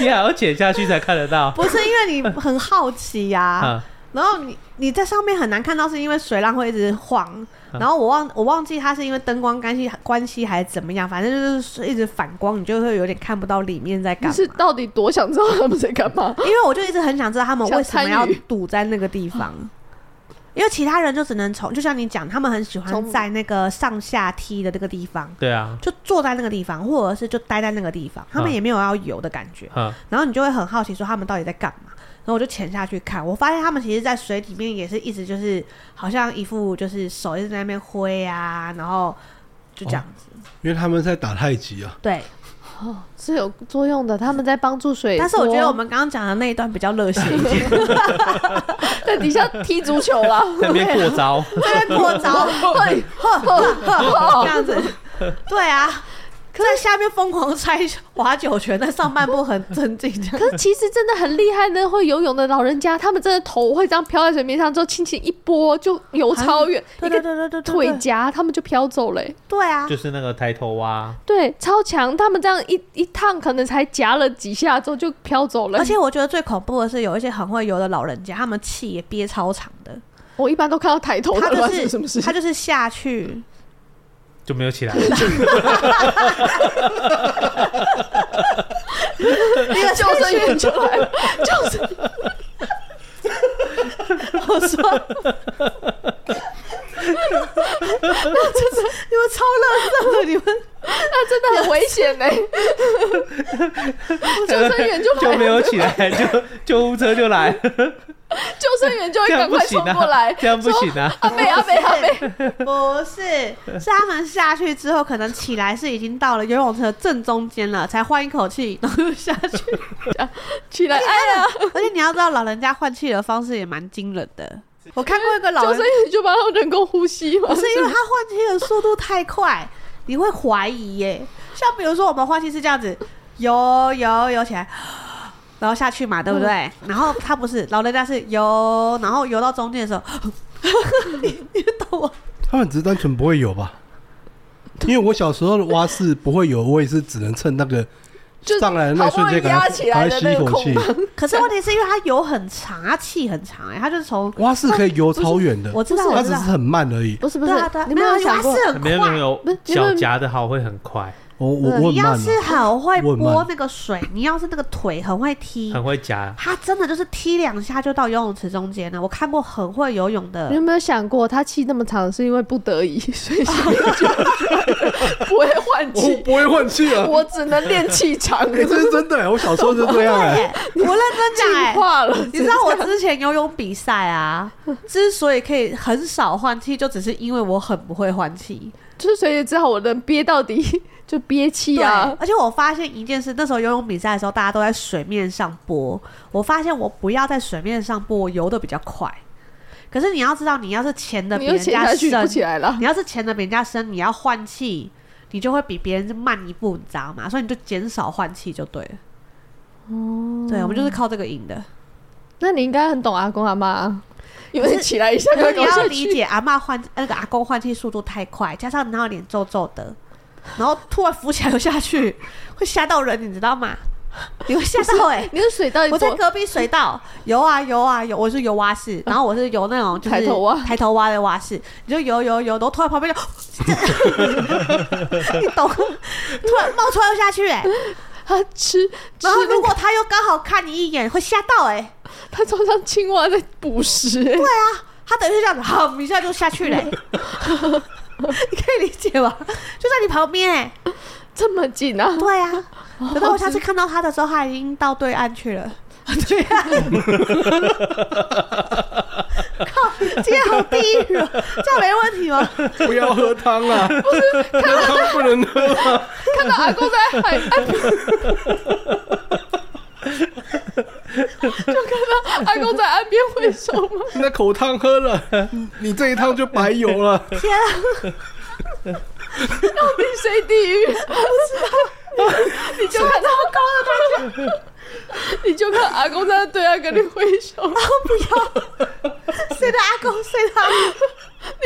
Speaker 4: 你还要潜下去才看得到。
Speaker 2: 不是因为你很好奇呀、
Speaker 4: [LAUGHS] 啊，
Speaker 2: 然后你你在上面很难看到，是因为水浪会一直晃。
Speaker 4: 嗯
Speaker 2: 然后我忘我忘记它是因为灯光关系关系还是怎么样，反正就是一直反光，你就会有点看不到里面在干
Speaker 3: 你
Speaker 2: 嘛。
Speaker 3: 是到底多想知道他们在干嘛？
Speaker 2: 因为我就一直很想知道他们为什么
Speaker 3: 想
Speaker 2: 要
Speaker 3: 参与嗯
Speaker 2: 堵在那个地方，因为其他人就只能从，就像你讲，他们很喜欢
Speaker 3: 从
Speaker 2: 在那个上下梯的那个地方，
Speaker 4: 对啊，
Speaker 2: 就坐在那个地方，或者是就待在那个地方，他们
Speaker 4: 嗯
Speaker 2: 也没有要游的感觉，
Speaker 4: 嗯，
Speaker 2: 然后你就会很好奇说他们到底在干嘛，然后我就潜下去看，我发现他们其实，在水里面也是一直就是好像一副就是手一直在那边挥啊，然后就这样子，
Speaker 1: 因为他们在打太极啊，
Speaker 2: 对。
Speaker 3: 哦，是有作用的，他们在帮助水波。
Speaker 2: 但是我觉得我们刚刚讲的那一段比较热血一点，
Speaker 3: [LAUGHS]
Speaker 2: [LAUGHS]
Speaker 3: 在底下踢足球啊啦，
Speaker 4: [LAUGHS] 在那边过招，
Speaker 2: 这边过招，
Speaker 3: 会
Speaker 2: 哦 [LAUGHS] 呵呵呵，这样子，对啊，在下面疯狂拆划九泉，但上半部很 [LAUGHS] 镇静，这样
Speaker 3: [LAUGHS] 可是其实真的很厉害呢，会游泳的老人家，他们真的头会这样飘在水面上，之后轻轻一拨就游超远，一
Speaker 2: 啊对对
Speaker 3: 个
Speaker 2: 对对对对，
Speaker 3: 腿夹他们就飘走了欸、
Speaker 2: 对啊，
Speaker 4: 就是那个抬头蛙，
Speaker 3: 对，超强，他们这样一一趟可能才夹了几下之后就飘走了。
Speaker 2: 而且我觉得最恐怖的是，有一些很会游的老人家，他们气也憋超长的，
Speaker 3: 我一般都看到抬头的，
Speaker 2: 他
Speaker 3: 不知道
Speaker 2: 就是
Speaker 3: 什么事
Speaker 2: 他就是下 [LAUGHS] 去，
Speaker 4: 就没有起来。
Speaker 3: [LAUGHS]
Speaker 2: 那个
Speaker 3: 救生员就来了，就是 [LAUGHS]
Speaker 2: 我说，那真是你们超乐色的，你们
Speaker 3: 那真的很危险呢、 [LAUGHS] 救生员就来
Speaker 4: [LAUGHS] 就
Speaker 3: 了
Speaker 4: 没有起来，就救护车就来了，
Speaker 3: 救生员就会
Speaker 4: 这样
Speaker 3: 赶
Speaker 4: 不
Speaker 3: 快
Speaker 4: 行
Speaker 3: 冲过来
Speaker 4: 啊，，这样不行啊！
Speaker 3: 阿妹阿妹阿妹，
Speaker 2: 不是，是他们下去之后，可能起来是已经到了游泳池的正中间了，才换一口气，然后又下去。 [LAUGHS]
Speaker 3: 起 [LAUGHS] 来！哎呀，
Speaker 2: 而且你要知道，老人家换气的方式也蛮惊人的。我看过一个老
Speaker 3: 救
Speaker 2: 人
Speaker 3: 生，员就帮他们人工呼吸嘛，
Speaker 2: 不是因为他换气的速度太快，你会怀疑耶。像比如说我们换气是这样子，游游游起来，然后下去嘛，对不对？
Speaker 3: 嗯
Speaker 2: 然后他不是老人家是游，然后游到中
Speaker 3: [LAUGHS]
Speaker 2: 间的时候，你你懂我？
Speaker 1: 他们只是单纯不会游吧？因为我小时候的蛙式不会游，我也是只能趁那个
Speaker 3: 就
Speaker 1: 上来的那一瞬间，赶
Speaker 3: 好
Speaker 1: 快
Speaker 3: 不容易压起
Speaker 1: 赶
Speaker 3: 来
Speaker 1: 快
Speaker 3: 的
Speaker 1: 吸一口
Speaker 3: 那个
Speaker 1: 气。
Speaker 2: 可是问题是因为他游很长，他气很长哎，他就是从
Speaker 1: 蛙式可以游超远的，
Speaker 2: [LAUGHS] 我知道
Speaker 1: 它
Speaker 2: 我
Speaker 1: 只是
Speaker 2: 知道，
Speaker 1: 很慢而已。
Speaker 3: 不是不
Speaker 2: 对
Speaker 3: 是
Speaker 2: 啊对啊，，
Speaker 3: 你没有想
Speaker 2: 他
Speaker 3: 过，
Speaker 2: 是很
Speaker 4: 没有没
Speaker 2: 快。
Speaker 4: 有
Speaker 3: 不是，你
Speaker 4: 脚
Speaker 3: 们
Speaker 4: 夹的好会很快，
Speaker 1: 我我我
Speaker 2: 你
Speaker 1: 很
Speaker 2: 要
Speaker 1: 慢
Speaker 2: 嗯是
Speaker 1: 哦，
Speaker 2: 很会
Speaker 1: 我很慢
Speaker 2: 拨那个水，你要是那个腿很会
Speaker 3: 嗯
Speaker 2: 踢，
Speaker 4: 很会夹。
Speaker 2: 他真的就是踢两下就到游泳池中间了。我看过很会游泳的
Speaker 3: 你有没有想过，他气那么长是因为不得已， [LAUGHS] 所以心里就不会换气，
Speaker 1: 不会换气啊！
Speaker 3: 我只能练气场，
Speaker 2: [LAUGHS]
Speaker 1: 哎，这是真的哎，我小时候就这样
Speaker 3: [LAUGHS]
Speaker 1: 哎。
Speaker 2: 我认真讲、
Speaker 3: 进
Speaker 2: 欸，
Speaker 3: 化了。
Speaker 2: 你知道我之前游泳比赛
Speaker 3: [LAUGHS]
Speaker 2: 啊，之所以可以很少换气，就只是因为我很不会换
Speaker 3: [LAUGHS]
Speaker 2: 气。
Speaker 3: 就是所以只好我能憋到底，就憋气啊。
Speaker 2: 而且我发现一件事，那时候游泳比赛的时候，大家都在水面上播，我发现我不要在水面上播，我游的比较快。可是你要知道，你要是潜的
Speaker 3: 你
Speaker 2: 比
Speaker 3: 又
Speaker 2: 人
Speaker 3: 潜
Speaker 2: 家
Speaker 3: 下去
Speaker 2: 深
Speaker 3: 不，起
Speaker 2: [LAUGHS]
Speaker 3: 来了，
Speaker 2: 你要是潜的比人家深，你要换气，你就会比别人慢一步，你知道吗？所以你就减少换气就对了。哦，对，我们就是靠这个赢的。
Speaker 3: 那你应该很懂阿公阿妈啊，因为起来一下就
Speaker 2: 可是
Speaker 3: 要
Speaker 2: 你
Speaker 3: 搞
Speaker 2: 要
Speaker 3: 下
Speaker 2: 理
Speaker 3: 去。
Speaker 2: 解阿嬷换那个阿公换气速度太快，加上然后脸皱皱的，然后突然浮起来又下去，会吓到人，你知道吗？你会吓到哎、
Speaker 3: 你的水到底
Speaker 2: 我
Speaker 3: 多
Speaker 2: 在？隔壁水道游啊游啊游，我是游蛙式，然后我是游那种就是
Speaker 3: 抬头蛙
Speaker 2: 抬头蛙的蛙式，你就游游游，然后突然旁边就， [LAUGHS] 你懂？突然冒出来又下去哎、
Speaker 3: 他吃吃
Speaker 2: 然后
Speaker 3: 那
Speaker 2: 如
Speaker 3: 个，
Speaker 2: 果他又刚好看你一眼，会吓到哎、
Speaker 3: 他超像青蛙在捕食、欸。
Speaker 2: 啊他等于是这样子，好，一下就下去嘞、你可以理解吧？就在你旁边哎、
Speaker 3: 这么近啊！
Speaker 2: 对啊。等到我下次看到他的时候，他已经到对岸去了。对啊，靠，今天好地狱哦，这样没问题吗？
Speaker 1: 不要喝汤
Speaker 2: [LAUGHS]
Speaker 1: 啊！汤不能喝啊！
Speaker 3: 看到阿公在哎海岸，
Speaker 2: [LAUGHS]
Speaker 3: 就看到阿公在岸边挥手吗？
Speaker 1: 那口汤喝了，你这一趟就白游了。
Speaker 2: 天啊，
Speaker 3: 比谁地狱？你就看到高的你就看阿公在对岸跟你挥
Speaker 2: [LAUGHS]
Speaker 3: 手，
Speaker 2: 啊
Speaker 3: 你
Speaker 2: 谁的阿公，谁的阿公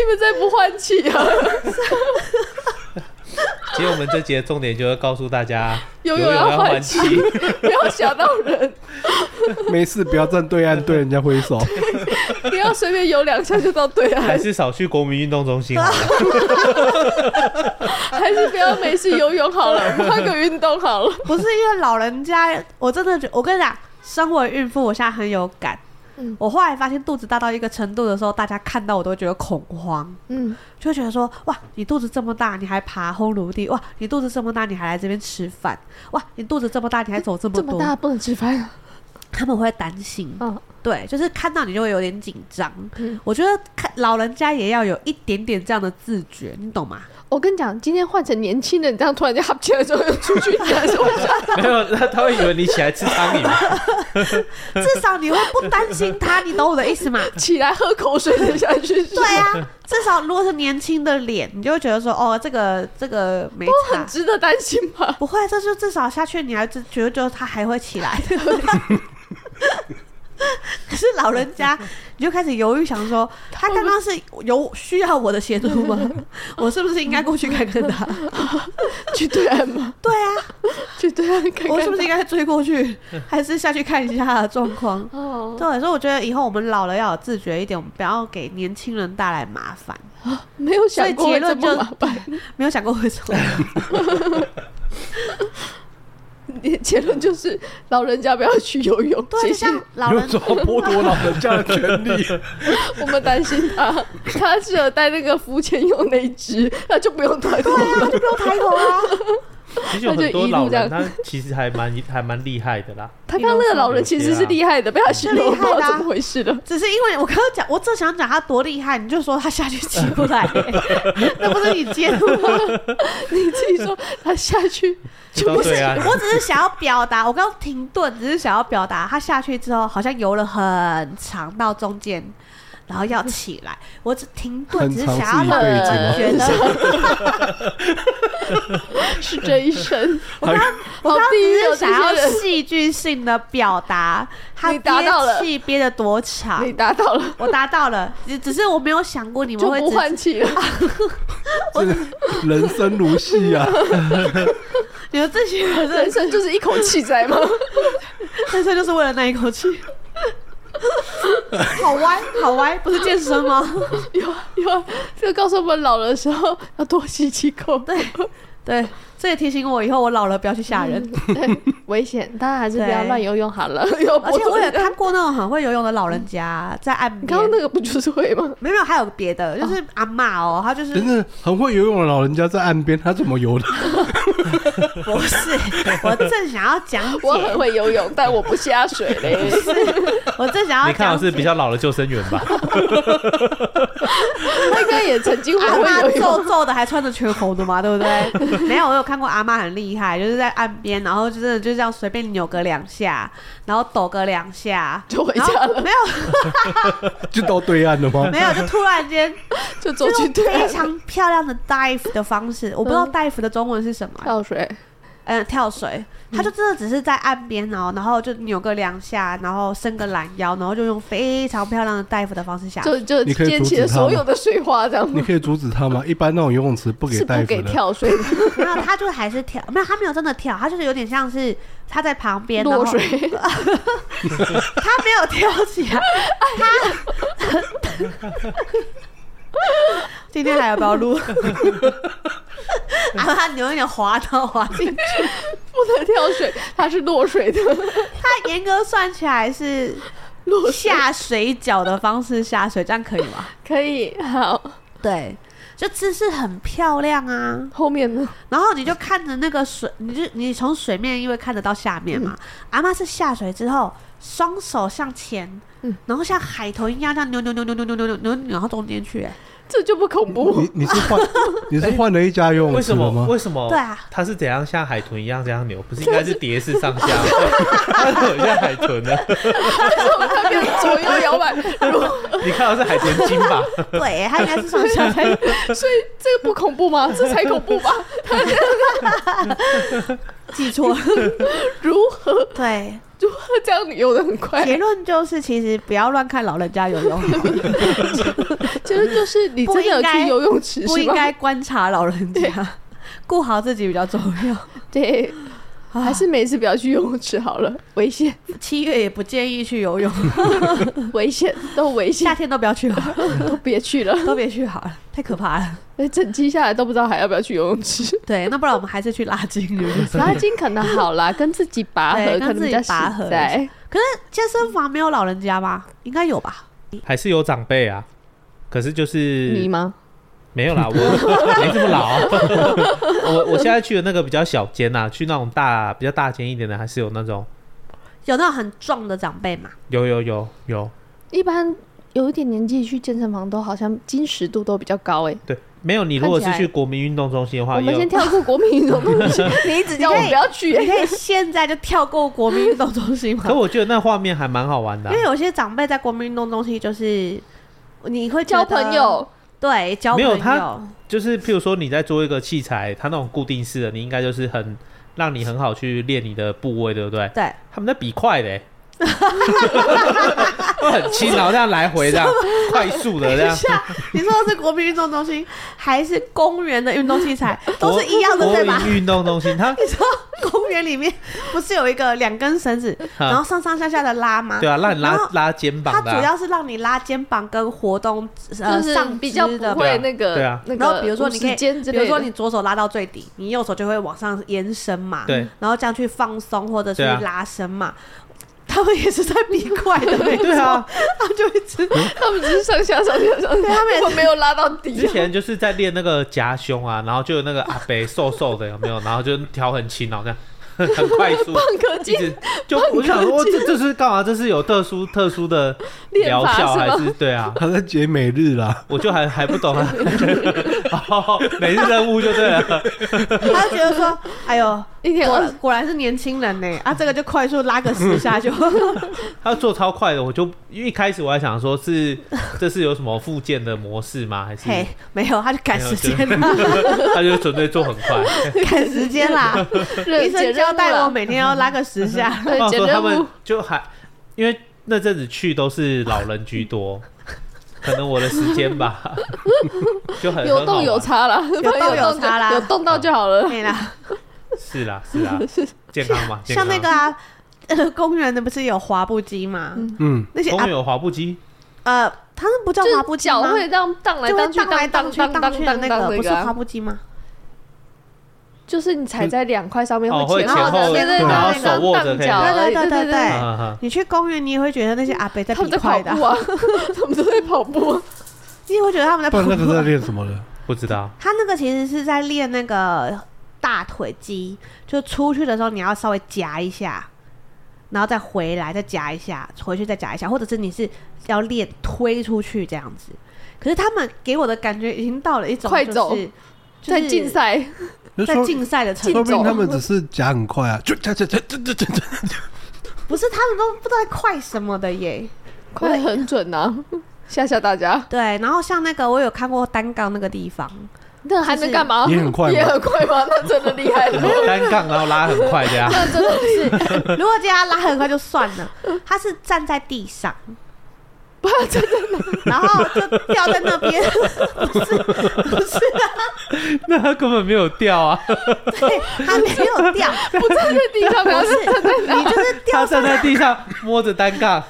Speaker 3: 们再不换气啊！
Speaker 4: 其实我们这节重点就是告诉大家，
Speaker 3: 游
Speaker 4: 泳
Speaker 3: 泳要
Speaker 4: 换
Speaker 3: 换气， [LAUGHS] 不要吓到人，
Speaker 1: 没事，不要站对岸对人家挥手。
Speaker 3: 不要随便游两下就到对
Speaker 4: 还
Speaker 3: 岸，
Speaker 4: 是少去国民运动中心啊好了。
Speaker 3: [LAUGHS] 还是不要没事游泳好
Speaker 4: [LAUGHS]
Speaker 3: 了，换个运动好了。
Speaker 2: 不是因为老人家，我真的觉，我跟你讲，身为孕妇，我现在很有感。
Speaker 3: 嗯
Speaker 2: 我后来发现，肚子大到一个程度的时候，大家看到我都会觉得恐慌。
Speaker 3: 嗯，
Speaker 2: 就会觉得说，哇，你肚子这么大，你还爬烘炉地；哇，你肚子这么大，你还来这边吃饭；哇，你肚子这么大，你还走这么哦
Speaker 3: 这么
Speaker 2: 多，
Speaker 3: 大不能吃饭啊？
Speaker 2: 他们会担心。
Speaker 3: 嗯
Speaker 2: 对，就是看到你就会有点紧张。
Speaker 3: 嗯
Speaker 2: 我觉得看老人家也要有一点点这样的自觉，你懂 [LAUGHS] 吗？
Speaker 3: 我跟你讲，今天换成年轻人，这样突然间哈起来之后又出去，你还是会想
Speaker 4: [LAUGHS] 没有，他他会以为你起来吃苍蝇，
Speaker 2: 至少你会不担心他，你懂我的意思吗？
Speaker 3: 起来喝口水等下
Speaker 2: [LAUGHS]
Speaker 3: 去。
Speaker 2: 对啊， [LAUGHS] 至少如果是年轻的脸，你就会觉得说，哦，这个这个没
Speaker 3: 都
Speaker 2: 差
Speaker 3: 很，值得担心吧？
Speaker 2: 不会，这就至少下去，你还是觉得就是他还会起来。 [LAUGHS] 可是老人家，你就开始犹豫，想说他刚刚是有需要我的协助吗？我是不是应该过去看看他？
Speaker 3: 去对岸吗？
Speaker 2: 对啊，
Speaker 3: 去对岸看看。
Speaker 2: 我是不是应该追过去，还是下去看一下他的状况？
Speaker 3: 哦，
Speaker 2: 对，所以我觉得以后我们老了要有自觉一点，我们不要给年轻人带来麻烦。
Speaker 3: 没有想过
Speaker 2: 所以
Speaker 3: 会
Speaker 2: 结
Speaker 3: 这
Speaker 2: 论就
Speaker 3: 么麻烦。
Speaker 2: 没有想过会这 [LAUGHS] 样。
Speaker 3: 你的结论就是老人家不要去游泳，
Speaker 2: 对，啊
Speaker 3: 谢
Speaker 2: 就
Speaker 3: 谢。
Speaker 2: 像老
Speaker 1: 有
Speaker 2: 人
Speaker 1: 什么剥夺老人家的权利？
Speaker 3: 我们担心他，他适合带那个浮潜用那一只，那就不用抬头了。
Speaker 2: 就不用抬头啊。
Speaker 4: 其实有很
Speaker 3: 他就
Speaker 4: 多
Speaker 3: 一路
Speaker 4: 老
Speaker 3: 这样
Speaker 4: 人他其实还蛮还蛮厉害的啦。
Speaker 3: 他刚刚那个老人其实是厉害的，被他形容不
Speaker 2: 啊
Speaker 3: 知道怎么回事了。
Speaker 2: 只是因为我刚刚讲，我正想讲他多厉害，你就说他下去起不 [LAUGHS] 来、那不是你接的吗？
Speaker 3: 你自己说他下去
Speaker 4: 就到
Speaker 2: 不是
Speaker 4: 对啊岸，
Speaker 2: [LAUGHS] 我只是想要表达，我刚刚停顿，只是想要表达他下去之后好像游了很长到中间，然后要起 [LAUGHS] 来。我只停顿，
Speaker 1: 很
Speaker 2: 只是
Speaker 1: 长
Speaker 2: 想
Speaker 1: 是一
Speaker 2: 要让
Speaker 1: 辈
Speaker 2: 你
Speaker 1: 子
Speaker 2: 们
Speaker 1: 吗？
Speaker 2: 觉得，
Speaker 3: 是这
Speaker 2: [LAUGHS]
Speaker 3: 一生，
Speaker 1: 还
Speaker 2: 我刚刚只是想要
Speaker 3: 好地狱哦这些人
Speaker 2: 戏剧性的表达他
Speaker 3: 你达到了
Speaker 2: 憋气憋得多长
Speaker 3: 你。达到了
Speaker 2: 我达到了，只只是我没有想过你们
Speaker 3: 就
Speaker 2: 会啊
Speaker 3: 不
Speaker 2: 只
Speaker 3: 换
Speaker 2: [LAUGHS]
Speaker 3: 气了。
Speaker 1: 真的人生如戏啊！
Speaker 2: 你们这些人
Speaker 3: 人生就是一口气在吗？
Speaker 2: [LAUGHS] 人生就是为了那一口气。好歪，好歪，不是健身吗？
Speaker 3: [LAUGHS] 有啊有啊，这个告诉我们老的时候要多吸几口，
Speaker 2: 对，对，这也提醒我以后我老了不要去吓人。
Speaker 3: 危险，大家还是不
Speaker 2: 对
Speaker 3: 要乱游泳好了。有
Speaker 2: 而且我也看过那种很会游泳的老人家在岸
Speaker 3: 你
Speaker 2: 边
Speaker 3: 刚，刚那个不就是会
Speaker 2: [LAUGHS]
Speaker 3: 吗？
Speaker 2: 没有没有，还有别的，就是阿嬷哦，她就是
Speaker 1: 真的很会游泳的老人家在岸边，他怎么游的？
Speaker 2: 不是，我正想要讲解，
Speaker 3: 我很会游泳，但我不下水
Speaker 2: [LAUGHS]
Speaker 3: 嘞。
Speaker 2: 我正想要
Speaker 4: 你看
Speaker 2: 讲
Speaker 4: 我是
Speaker 2: 解
Speaker 4: 比。较老的救生员吧？
Speaker 3: 他应该也曾经
Speaker 2: 阿
Speaker 3: 很会游
Speaker 2: 嬷
Speaker 3: 泳，
Speaker 2: 皱皱的，还穿着全红的嘛，对不对？没有，我有看过阿嬷很厉害，就是在岸边，然后就真的就这样随便扭个两下，然后抖个两下，
Speaker 3: 就回
Speaker 2: 然后
Speaker 3: 家了，
Speaker 2: 没有，
Speaker 1: 就到对岸了 [LAUGHS] 吗？
Speaker 2: 没有，就突然间
Speaker 3: 就走
Speaker 2: 就
Speaker 3: 去
Speaker 2: 用
Speaker 3: 对
Speaker 2: 非
Speaker 3: 岸
Speaker 2: 常漂亮的 dive 的方式，我不知道 dive 的中文是什么、欸，
Speaker 3: 跳水。
Speaker 2: 嗯，跳水，他就真的只是在岸边哦，然后就扭个两下，然后伸个懒腰，然后就用非常漂亮的 dive 的方式下。
Speaker 3: 就就
Speaker 1: 你可以
Speaker 3: 溅
Speaker 1: 阻
Speaker 3: 起
Speaker 1: 止
Speaker 3: 了
Speaker 1: 他
Speaker 3: 所
Speaker 1: 吗
Speaker 3: 有的水花，这样
Speaker 1: 你可以阻止他吗？一般那种游泳池不给
Speaker 3: 是
Speaker 1: 大
Speaker 3: 不
Speaker 1: 夫
Speaker 3: 给
Speaker 1: 的，
Speaker 3: 跳水的，
Speaker 2: 没有，他就还是跳，没有，他没有真的跳，他就是有点像是他在旁边，然后
Speaker 3: 落
Speaker 2: [LAUGHS]
Speaker 3: 水，
Speaker 2: 他没有跳起来，他 [LAUGHS] 今天还要不要录？ [LAUGHS] 啊，他有一点滑到滑进去。
Speaker 3: 不能跳水，它是落水的，
Speaker 2: 他严格算起来是
Speaker 3: 落水
Speaker 2: 下水饺的方式下水，这样可以吗？
Speaker 3: 可以。好，
Speaker 2: 对，就姿势很漂亮啊。
Speaker 3: 后面呢？
Speaker 2: 然后你就看着那个水，你就你从水面因为看得到下面嘛。阿妈是下水之后，双手向前，
Speaker 3: 嗯
Speaker 2: 然后像海豚一样这样扭扭扭扭扭扭扭扭扭扭到中间去、欸。
Speaker 3: 这就不恐怖
Speaker 1: 你，你是换你是换了一家游泳
Speaker 4: 为
Speaker 1: 池
Speaker 4: 什
Speaker 1: 了
Speaker 4: 么？
Speaker 1: 吗？
Speaker 4: 为什么？
Speaker 2: 对啊
Speaker 4: 他是怎样像海豚一样这样扭？不是应该是蝶式上下吗？他怎么像海豚呢？
Speaker 3: 它变左右摇摆，如果
Speaker 4: 你看我是海豚精吧？
Speaker 2: 对、欸，他应该是上下才
Speaker 3: 所以这个不恐怖吗？这才恐怖吧？
Speaker 2: 记错了。
Speaker 3: 如何
Speaker 2: 对，
Speaker 3: 如何这样游的很快？
Speaker 2: 结论就是其实不要乱看老人家游泳，
Speaker 3: 结论就是你
Speaker 2: 不
Speaker 3: 真的有
Speaker 2: 应该
Speaker 3: 去游泳池
Speaker 2: 不
Speaker 3: 是
Speaker 2: 应
Speaker 3: 吗？
Speaker 2: 该观察老人家，顾好自己比较重要。
Speaker 3: 对，还是每次不要去游泳池好了，危险，
Speaker 2: 七月也不建议去游 [LAUGHS] 泳，
Speaker 3: 危险，都危
Speaker 2: 夏
Speaker 3: 险，
Speaker 2: 天都不要去好了， [LAUGHS]
Speaker 3: 都别去了。
Speaker 2: 都别去好了，太可怕了。
Speaker 3: 哎，整期下来都不知道还要不要去游泳池。
Speaker 2: 对，那不然我们还是去拉筋。是不是
Speaker 3: 拉筋可能好啦，跟自己拔河
Speaker 2: 对
Speaker 3: 可能比
Speaker 2: 跟
Speaker 3: 较
Speaker 2: 自己拔河
Speaker 3: 实在。
Speaker 2: 可是 [LAUGHS] 健身房没有老人家吗？应该有吧。
Speaker 4: 还是有长辈啊？可是就是
Speaker 3: 你吗？
Speaker 4: 没有啦，我没这么老。啊 [LAUGHS] 我我现在去的那个比较小间呐、去那种大比较大间一点的，还是有那种
Speaker 2: 有那种很壮的长辈嘛，
Speaker 4: 有有有有，
Speaker 3: 一般有一点年纪去健身房都好像精实度都比较高哎、
Speaker 4: 对，没有你如果
Speaker 3: 看
Speaker 4: 是
Speaker 3: 起来
Speaker 4: 去国民运动中心的话，
Speaker 3: 我们
Speaker 4: 也有
Speaker 3: 先跳过国民运动中心，你一直叫我不要去、
Speaker 2: 你可以现在就跳过国民运动中心嘛
Speaker 4: 可，我觉得那画面还蛮好玩的啊、
Speaker 2: 因为有些长辈在国民运动中心就是你会觉
Speaker 3: [LAUGHS] 交
Speaker 2: 得
Speaker 3: 朋，友，
Speaker 2: 对，交朋
Speaker 4: 没
Speaker 2: 友
Speaker 4: 有他，就是譬如说你在做一个器材，它那种固定式的，你应该就是很让你很好去练你的部位，对不对？
Speaker 2: 对，
Speaker 4: 他们在比快
Speaker 3: [LAUGHS]
Speaker 4: 的、欸，会很轻，然后这样来回这样快速的
Speaker 2: [LAUGHS]
Speaker 3: [LAUGHS]
Speaker 4: 这样。
Speaker 2: 像啊你说的是国民运动中心还是公园的运动器
Speaker 3: [LAUGHS]
Speaker 2: 材，都是一样的，
Speaker 4: 国
Speaker 2: 对吧？
Speaker 4: 民运动中心，它
Speaker 2: 你知道公园里面不是有一个两根绳
Speaker 4: [LAUGHS]
Speaker 2: 子，然后上上下下的拉吗？
Speaker 4: 啊对啊，让你
Speaker 2: 然
Speaker 4: 拉
Speaker 2: 后
Speaker 4: 拉肩膀
Speaker 2: 它
Speaker 4: 的
Speaker 2: 主
Speaker 4: 啊、
Speaker 2: 要是让你拉肩膀跟活动，呃，
Speaker 3: 就是
Speaker 2: 上
Speaker 3: 比较
Speaker 2: 肢
Speaker 3: 不
Speaker 2: 的。
Speaker 3: 会那个
Speaker 4: 对啊
Speaker 3: 那个，
Speaker 2: 然后比如说你可以，
Speaker 3: 间之
Speaker 2: 比
Speaker 3: 类
Speaker 2: 如
Speaker 3: 的，
Speaker 2: 说你左手拉到最底，你右手就会往上延伸嘛，
Speaker 4: 对，
Speaker 2: 然后这样去放松或者去
Speaker 4: 对啊
Speaker 2: 拉伸嘛。他们也是在比快的，没错，
Speaker 4: [LAUGHS] 对啊，
Speaker 2: 他们就一直
Speaker 3: [LAUGHS] 他们只是上下上下上
Speaker 2: [LAUGHS]
Speaker 3: 下，
Speaker 2: 他们也是
Speaker 3: 我没有拉到底
Speaker 4: 之。前就是在练那个夹胸啊，然后就有那个阿北瘦瘦的，有没有？然后就调很轻，然后这样 [LAUGHS] 很快速，
Speaker 3: 胖哥
Speaker 4: [LAUGHS] 一
Speaker 3: 进
Speaker 4: 直就我就想说，这这是干嘛？这是有特殊特殊的疗效
Speaker 3: 练法
Speaker 4: 还
Speaker 3: 是
Speaker 4: 是对啊？
Speaker 1: 他在解每日啦，
Speaker 4: 我就还还
Speaker 3: [LAUGHS]
Speaker 4: 不懂啊。哦，每日任务就对了，
Speaker 2: 他就觉得说，哎呦，
Speaker 3: 一天
Speaker 2: 果
Speaker 3: 二
Speaker 2: 果然是年轻人呢，啊，这个就快速拉个十下
Speaker 4: [LAUGHS]
Speaker 2: 就，
Speaker 4: 他做超快的，我就因为一开始我还想说是这是有什么附件的模式吗？还是
Speaker 2: 嘿，没有，他就赶
Speaker 4: 没有
Speaker 2: 时
Speaker 4: 就
Speaker 2: 间啦，
Speaker 4: [LAUGHS] 他就准备做很快？
Speaker 2: 赶时间啦，
Speaker 3: 日
Speaker 2: 医生
Speaker 3: 解
Speaker 2: 交
Speaker 3: 任务
Speaker 2: 代我
Speaker 3: 了，，
Speaker 2: 每天要拉个十下
Speaker 3: [LAUGHS] 对
Speaker 4: 话
Speaker 3: 解
Speaker 4: 哦说他
Speaker 3: 任务
Speaker 4: 们，就还因为那阵子去都是老人居多，可能我的时间吧，就很嗯
Speaker 3: 有动有，差啦，有
Speaker 2: 动有
Speaker 3: 就
Speaker 2: 差啦
Speaker 3: 有动到就好了。
Speaker 2: 对啦，
Speaker 4: 很好玩是啦是
Speaker 3: [LAUGHS]
Speaker 4: 啦，健康嘛，健
Speaker 2: 像
Speaker 4: 康
Speaker 2: 那个啊，呃公园的不是有滑步机吗？
Speaker 1: 嗯，
Speaker 2: 那些
Speaker 4: 公
Speaker 2: 啊
Speaker 4: 园有滑步机，
Speaker 2: 呃，他们不叫
Speaker 3: 就是
Speaker 2: 滑步机
Speaker 3: 脚
Speaker 2: 吗？
Speaker 3: 会这样荡来
Speaker 2: 就
Speaker 3: 荡去，
Speaker 2: 会荡来
Speaker 3: 荡
Speaker 2: 荡去
Speaker 3: 荡
Speaker 2: 荡去的
Speaker 3: 荡
Speaker 2: 那
Speaker 3: 荡
Speaker 2: 个，不是
Speaker 3: 啊
Speaker 2: 滑步机吗？
Speaker 3: 就是你踩在两块上面
Speaker 4: 哦
Speaker 3: 前
Speaker 4: 会
Speaker 2: 前后
Speaker 3: 对对对，
Speaker 2: 然后
Speaker 3: 对对
Speaker 4: 手握着
Speaker 3: 荡
Speaker 4: 可以
Speaker 3: 脚
Speaker 2: 对对对对
Speaker 3: 哎
Speaker 2: 对
Speaker 4: 啊啊
Speaker 2: 你去公园，你也会觉得那些阿伯在
Speaker 3: [LAUGHS] 他
Speaker 2: 比
Speaker 3: 们在跑
Speaker 2: 快的啊，
Speaker 3: 步啊， [LAUGHS] 他们都在跑步啊，
Speaker 2: 你也会觉得他们在
Speaker 1: 不
Speaker 2: 跑
Speaker 1: 然那个
Speaker 2: 步
Speaker 1: 在
Speaker 2: 啊。
Speaker 1: 练什么了？
Speaker 4: 不知道
Speaker 2: 他那个其实是在练那个大腿肌，就出去的时候你要稍微夹一下，然后再回来再夹一下，回去再夹一下，或者是你是要练推出去这样子。可是他们给我的感觉已经到了一种 [LAUGHS]
Speaker 3: 快
Speaker 2: 就
Speaker 3: 走
Speaker 2: 是
Speaker 3: 在竞，赛，
Speaker 1: 就
Speaker 2: 就是在
Speaker 1: 说
Speaker 2: 竞赛的程度，
Speaker 3: 竞
Speaker 1: 说不定
Speaker 3: 走
Speaker 1: 他们只是夹很快啊，就夹夹夹夹夹夹夹，
Speaker 2: 不是他们都不知道在快什么的耶。
Speaker 3: 快很准啊，吓吓大家。
Speaker 2: 对，然后像那个我有看过单杠那个地方，
Speaker 3: 那还能干嘛？
Speaker 1: 也很快吗
Speaker 3: 也很快吗？那真的厉害了，
Speaker 4: 单杠，然后拉很快这样，
Speaker 3: 那真
Speaker 1: [LAUGHS]
Speaker 3: 的是
Speaker 2: 如果今天他拉很快就算了，他是站在地上，不真的，然后就掉在那边，不是不是啊，
Speaker 4: [LAUGHS] 那他根本没有掉啊。
Speaker 2: 对，他没有掉，
Speaker 3: 不站在地上，
Speaker 2: 不
Speaker 3: 然后
Speaker 2: 是，你就是
Speaker 4: 他
Speaker 2: 掉上，
Speaker 4: 站在地上摸着单杠，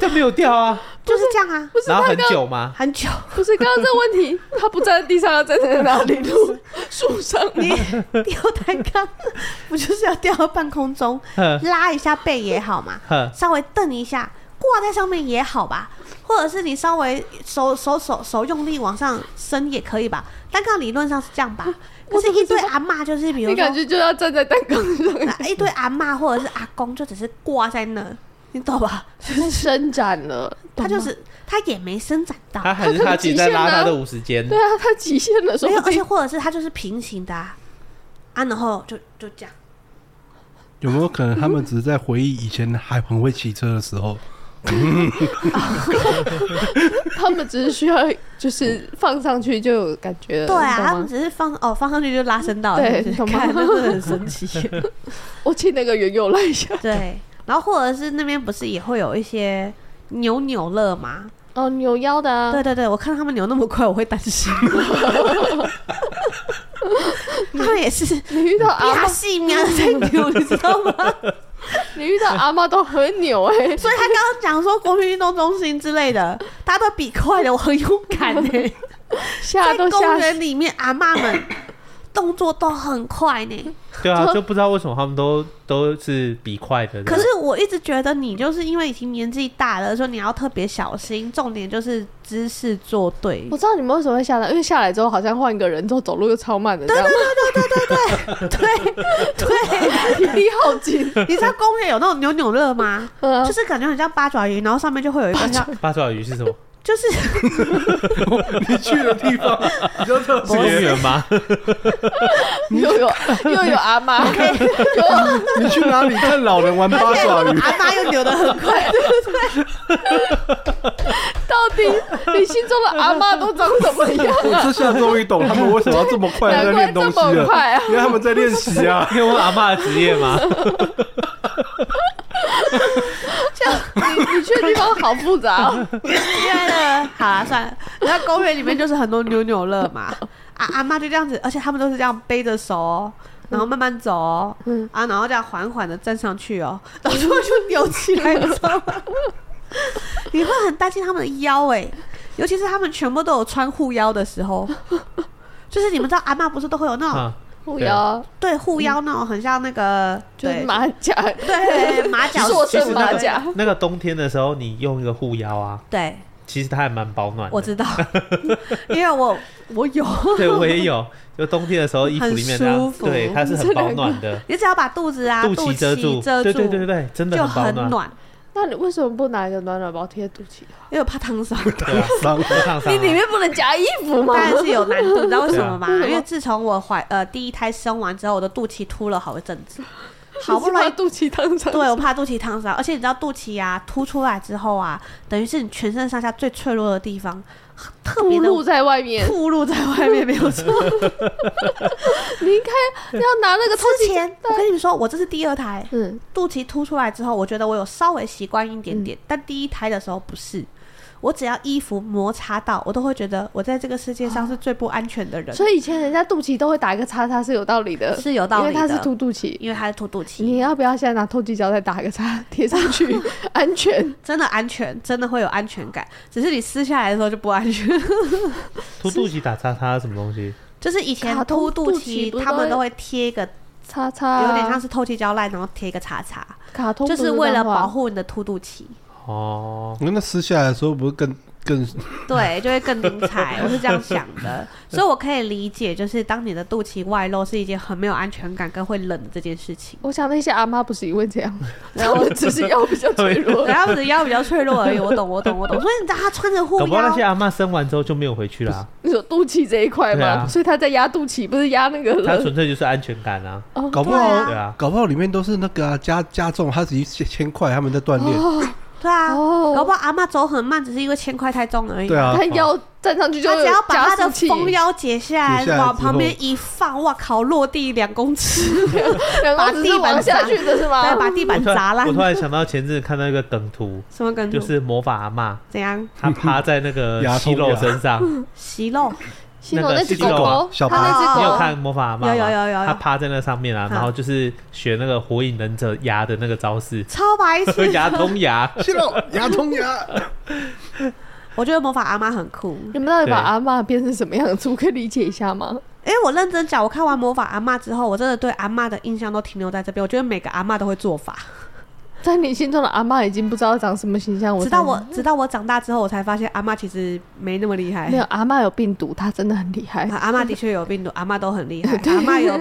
Speaker 4: 他没有掉啊，
Speaker 2: 就是这样啊，
Speaker 3: 不是
Speaker 4: 然后
Speaker 3: 他
Speaker 4: 很
Speaker 3: 刚
Speaker 4: 久吗？
Speaker 2: 很久，
Speaker 3: 不是刚刚这个问题，他不站在地上，要站在哪里？路树上吗？
Speaker 2: 你掉单杠不就是要掉到半空中，
Speaker 4: 哼
Speaker 2: 拉一下背也好嘛，
Speaker 4: 哼，
Speaker 2: 稍微蹬一下，挂在上面也好吧，或者是你稍微手手手手用力往上伸也可以吧。单杠理论上是这
Speaker 3: [LAUGHS]
Speaker 2: 样吧，可是一堆阿嬷就是比如说
Speaker 3: 你感觉就要站在蛋缸上，
Speaker 2: 啊一堆阿嬷或者是阿公就只是挂在那，你懂吧？
Speaker 3: 太伸展了，
Speaker 2: 他
Speaker 3: 懂
Speaker 2: 就
Speaker 3: 吗
Speaker 2: 是他也没伸展到，
Speaker 4: 他还是他自己在拉他的五十肩
Speaker 3: 对，啊，他极限了，说
Speaker 2: 没有，
Speaker 3: 不
Speaker 2: 而且
Speaker 3: 定
Speaker 2: 或者是他就是平行的啊，啊然后就就这样。
Speaker 1: 有没有可能他们只是在回忆以前还很会骑车的时候？
Speaker 3: 他们只是需要就是放上去就有感觉了，
Speaker 2: 对啊，
Speaker 3: 你
Speaker 2: 他
Speaker 3: 呃懂
Speaker 2: 们
Speaker 3: 吗？
Speaker 2: 只是放哦放上去就拉伸到了，
Speaker 3: 对
Speaker 2: 是不是
Speaker 3: 懂吗
Speaker 2: 看 [LAUGHS] 真的很神
Speaker 3: [LAUGHS]
Speaker 2: 奇。
Speaker 3: 我请那个原友来一下，
Speaker 2: 对，然后或者是那边不是也会有一些扭扭乐吗？
Speaker 3: 哦，扭腰的啊
Speaker 2: 对，对对，我看他们扭那么快，我会担
Speaker 3: [LAUGHS]
Speaker 2: 心。他们也是
Speaker 3: 你遇到阿
Speaker 2: 压
Speaker 3: 妈，
Speaker 2: 细苗在
Speaker 3: [LAUGHS]
Speaker 2: 扭，你知道吗？
Speaker 3: 你遇到阿妈都很扭哎，
Speaker 2: 所以他刚刚讲说国民运动中心之类的，大家都比快的，我很勇敢呢、欸
Speaker 3: 吓都
Speaker 2: 在公
Speaker 3: 吓死 [COUGHS]
Speaker 2: 园里面，阿嬷们动作都很快呢。
Speaker 4: 对啊，就不知道为什么他们都都是比快
Speaker 3: 啊
Speaker 4: 的。
Speaker 2: 可是我一直觉得你就是因为已经年纪大了，说你要特别小心，重点就是姿势做对
Speaker 3: 我。知道你们为什么会下来，因为下来之后好像换个人之后走路又超慢的这样，
Speaker 2: 对对，
Speaker 3: 体 [LAUGHS] 力耗尽。
Speaker 2: [LAUGHS] 你知道公园有那种扭扭乐吗？
Speaker 3: 嗯
Speaker 2: 就是感觉很像八爪鱼，然后上面就会有一个像，
Speaker 4: 八爪鱼
Speaker 1: [LAUGHS]
Speaker 4: 是什么？
Speaker 2: 就是
Speaker 1: 你去的地方比较特
Speaker 4: 是公
Speaker 1: 别。
Speaker 4: 园吗？
Speaker 3: [LAUGHS] 又有又有阿妈，有
Speaker 1: [LAUGHS] 你去哪里看老人玩八爪鱼？
Speaker 2: [LAUGHS] 阿妈又扭得很快，
Speaker 3: 到底你心中的阿妈都长什么样
Speaker 1: 我
Speaker 3: 啊？
Speaker 1: 这下终于懂他们为什么要这么快在练
Speaker 3: 难怪
Speaker 1: 东
Speaker 3: 这
Speaker 1: 西
Speaker 3: 么
Speaker 1: 了，
Speaker 3: 快啊！
Speaker 1: [LAUGHS] 因为他们在练习啊。
Speaker 4: [LAUGHS] 因为我阿嬷的职业吗？
Speaker 3: 这样你你去的地方好复杂、哦，
Speaker 2: 亲爱的，好啦，算了。然后公园里面就是很多扭扭乐嘛，啊阿妈就这样子，而且他们都是这样背着手、哦，然后慢慢走、哦，
Speaker 3: 嗯
Speaker 2: 啊，然后这样缓缓的站上去哦，然后就扭起来， [LAUGHS] 你知道吗？你会很担心他们的腰哎、尤其是他们全部都有穿护腰的时候，就是你们知道阿妈不是都会有那种、
Speaker 4: 啊，
Speaker 3: 不
Speaker 4: 对
Speaker 3: 要
Speaker 2: 对护腰那种很像那个
Speaker 3: 嗯就是
Speaker 2: 对
Speaker 3: 马甲， [LAUGHS]
Speaker 2: 对马脚
Speaker 3: 硕
Speaker 2: 是
Speaker 3: 士马甲，
Speaker 4: 那个冬天的时候，你用一个护腰啊，
Speaker 2: 对，
Speaker 4: 其实它还蛮保暖的。
Speaker 2: 我知道， [LAUGHS] 因为我我有。
Speaker 4: [LAUGHS] 对我也有，就冬天的时候衣服里面
Speaker 2: 很
Speaker 4: 它
Speaker 2: 舒服
Speaker 4: 对它是很保暖的，
Speaker 2: 你只要把肚子 [LAUGHS] 啊、
Speaker 4: 肚
Speaker 2: 肚
Speaker 4: 脐遮住，
Speaker 2: 遮
Speaker 4: 对对对对对，真
Speaker 2: 就
Speaker 4: 的保
Speaker 2: 很
Speaker 4: 暖，
Speaker 2: 暖，
Speaker 3: 那你为什么不拿一个暖暖包贴肚脐？
Speaker 2: 因为我怕烫
Speaker 3: [LAUGHS]
Speaker 2: 伤。[LAUGHS]
Speaker 4: 对啊，
Speaker 1: 伤
Speaker 4: 不烫伤
Speaker 3: 你里
Speaker 4: 啊。
Speaker 3: 面不能夹衣服吗
Speaker 2: 当？然是有难度，你知道为什么吗？
Speaker 3: [LAUGHS] 对啊为什么
Speaker 2: 因为自从我怀呃第一胎生完之后，我的肚脐凸了好一阵
Speaker 3: [LAUGHS]
Speaker 2: 子，好不容
Speaker 3: 你
Speaker 2: 易
Speaker 3: 是把肚脐当成
Speaker 2: 对我怕肚脐烫伤，而且你知道肚脐啊凸出来之后啊，等于是你全身上下最脆弱的地方，特
Speaker 3: 暴
Speaker 2: 别的
Speaker 3: 露在外面，
Speaker 2: 暴露在外面，没有错。
Speaker 3: [LAUGHS] 你应该要拿那个透
Speaker 2: 之
Speaker 3: 气
Speaker 2: 前我跟你们说，我这是第二胎，
Speaker 3: 嗯，
Speaker 2: 肚脐凸出来之后，我觉得我有稍微习惯一点点，但第一胎的时候不是。我只要衣服摩擦到，我都会觉得我在这个世界上是最不安全的人，
Speaker 3: 所以以前人家肚脐都会打一个叉叉是有道理的，
Speaker 2: 是有道理的。
Speaker 3: 因为它是凸肚脐。
Speaker 2: 因为它是凸肚脐，
Speaker 3: 你要不要现在拿透气胶再打一个叉贴上去，
Speaker 2: [LAUGHS]
Speaker 3: 安全？
Speaker 2: 真的安全，真的会有安全感。只是你撕下来的时候就不安全。 [LAUGHS]
Speaker 4: 凸肚脐打叉叉是什么东西？
Speaker 2: 就是以前
Speaker 3: 卡通
Speaker 2: 凸肚
Speaker 3: 肚脐
Speaker 2: 脐
Speaker 3: 不，是
Speaker 2: 他们
Speaker 3: 都
Speaker 2: 都会贴一个，
Speaker 3: 叉叉
Speaker 2: 有点像是透气胶带，然后贴一个叉叉，
Speaker 3: 卡通，
Speaker 2: 就是为了保。护你的凸肚脐。
Speaker 4: 哦，
Speaker 1: 那撕下来的时候不是更更
Speaker 2: 对，就会更精彩。我是这样想的，所以我可以理解，就是当你的肚脐外露是一件很没有安全感跟会冷的这件事情。
Speaker 3: 我想那些阿妈不是因为这
Speaker 2: [LAUGHS]
Speaker 3: 样，然 [LAUGHS] 后只是腰比较脆弱
Speaker 2: 然。后只是腰比较脆弱而已，我懂，我懂，我懂。所以你知道她穿着护
Speaker 4: 搞不好那些
Speaker 2: 腰，
Speaker 4: 阿嬷生完之后就没有回去啦，
Speaker 3: 你说肚脐这一块
Speaker 4: 对
Speaker 3: 嘛，
Speaker 4: 啊
Speaker 3: 所以他在压肚脐，不是压那个
Speaker 4: 她
Speaker 3: 了。
Speaker 4: 纯粹就是安全感啊，
Speaker 3: 哦
Speaker 1: 搞不好
Speaker 4: 对啊，
Speaker 1: 搞不好里面都是那个啊加加重，他只一千千块，他们在锻炼。
Speaker 2: 对啊，
Speaker 3: 哦
Speaker 2: 搞不好阿妈走很慢，只是因为千块太重而已。
Speaker 1: 对啊，
Speaker 3: 他腰站上去就
Speaker 2: 她
Speaker 3: 会
Speaker 2: 只
Speaker 3: 有
Speaker 2: 要把
Speaker 3: 加
Speaker 2: 她的
Speaker 3: 速器，
Speaker 2: 封腰解下来，
Speaker 1: 解下来
Speaker 2: 往
Speaker 1: 之
Speaker 2: 旁边
Speaker 1: 后
Speaker 2: 一放，哇靠，落地两公尺，
Speaker 3: [LAUGHS] 然后
Speaker 2: 把
Speaker 3: 只
Speaker 2: 地
Speaker 3: 是
Speaker 2: 板
Speaker 3: 往下
Speaker 2: 砸
Speaker 3: 去的是吗？
Speaker 2: 对，把地板
Speaker 4: 我突
Speaker 2: 砸
Speaker 4: 然
Speaker 2: 烂
Speaker 4: 我。突然想到前阵看到一个梗图，
Speaker 2: 什么感觉
Speaker 4: 就？是魔法阿嬷，
Speaker 2: 怎样？
Speaker 4: 她趴在那个
Speaker 1: 牙
Speaker 4: 息
Speaker 1: 痛
Speaker 4: 肉
Speaker 1: 呀
Speaker 4: 身
Speaker 2: [LAUGHS]
Speaker 4: 上，
Speaker 2: 息肉？
Speaker 3: [LAUGHS] 新手
Speaker 4: 那个
Speaker 3: 那只
Speaker 4: 西
Speaker 3: 狗
Speaker 4: 狗啊
Speaker 3: 狗，
Speaker 1: 小
Speaker 3: 它
Speaker 1: 白
Speaker 3: 那只
Speaker 4: 你
Speaker 3: 狗
Speaker 4: 有看魔法阿嬷吗？
Speaker 2: 哦有有有有有，
Speaker 4: 她趴在那上面啊，然后就是学那个火影忍者牙的那个招式 [LAUGHS]
Speaker 2: 超白痴！
Speaker 4: 牙通牙。
Speaker 1: [LAUGHS] 肌肉牙痛 [LAUGHS] 牙，
Speaker 2: 我觉得魔法阿妈很酷。
Speaker 3: 你们到底把
Speaker 4: 对
Speaker 3: 阿嬷变成什么样子？我可以理解一下吗？ [LAUGHS]
Speaker 2: 哎、我认真讲，我看完魔法阿嬷之后，我真的对阿嬷的印象都停留在这边。我觉得每个阿嬷都会做法，
Speaker 3: 在你心中的阿嬷已经不知道长什么形象，我
Speaker 2: 直到
Speaker 3: 才
Speaker 2: 我直到我长大之后，我才发现阿嬷其实没那么厉害
Speaker 3: 没。有阿嬷有病毒，她真的很厉害，
Speaker 2: 啊。阿嬷的确有病毒，阿嬷都很厉害
Speaker 3: [LAUGHS] 对
Speaker 2: 阿嬷有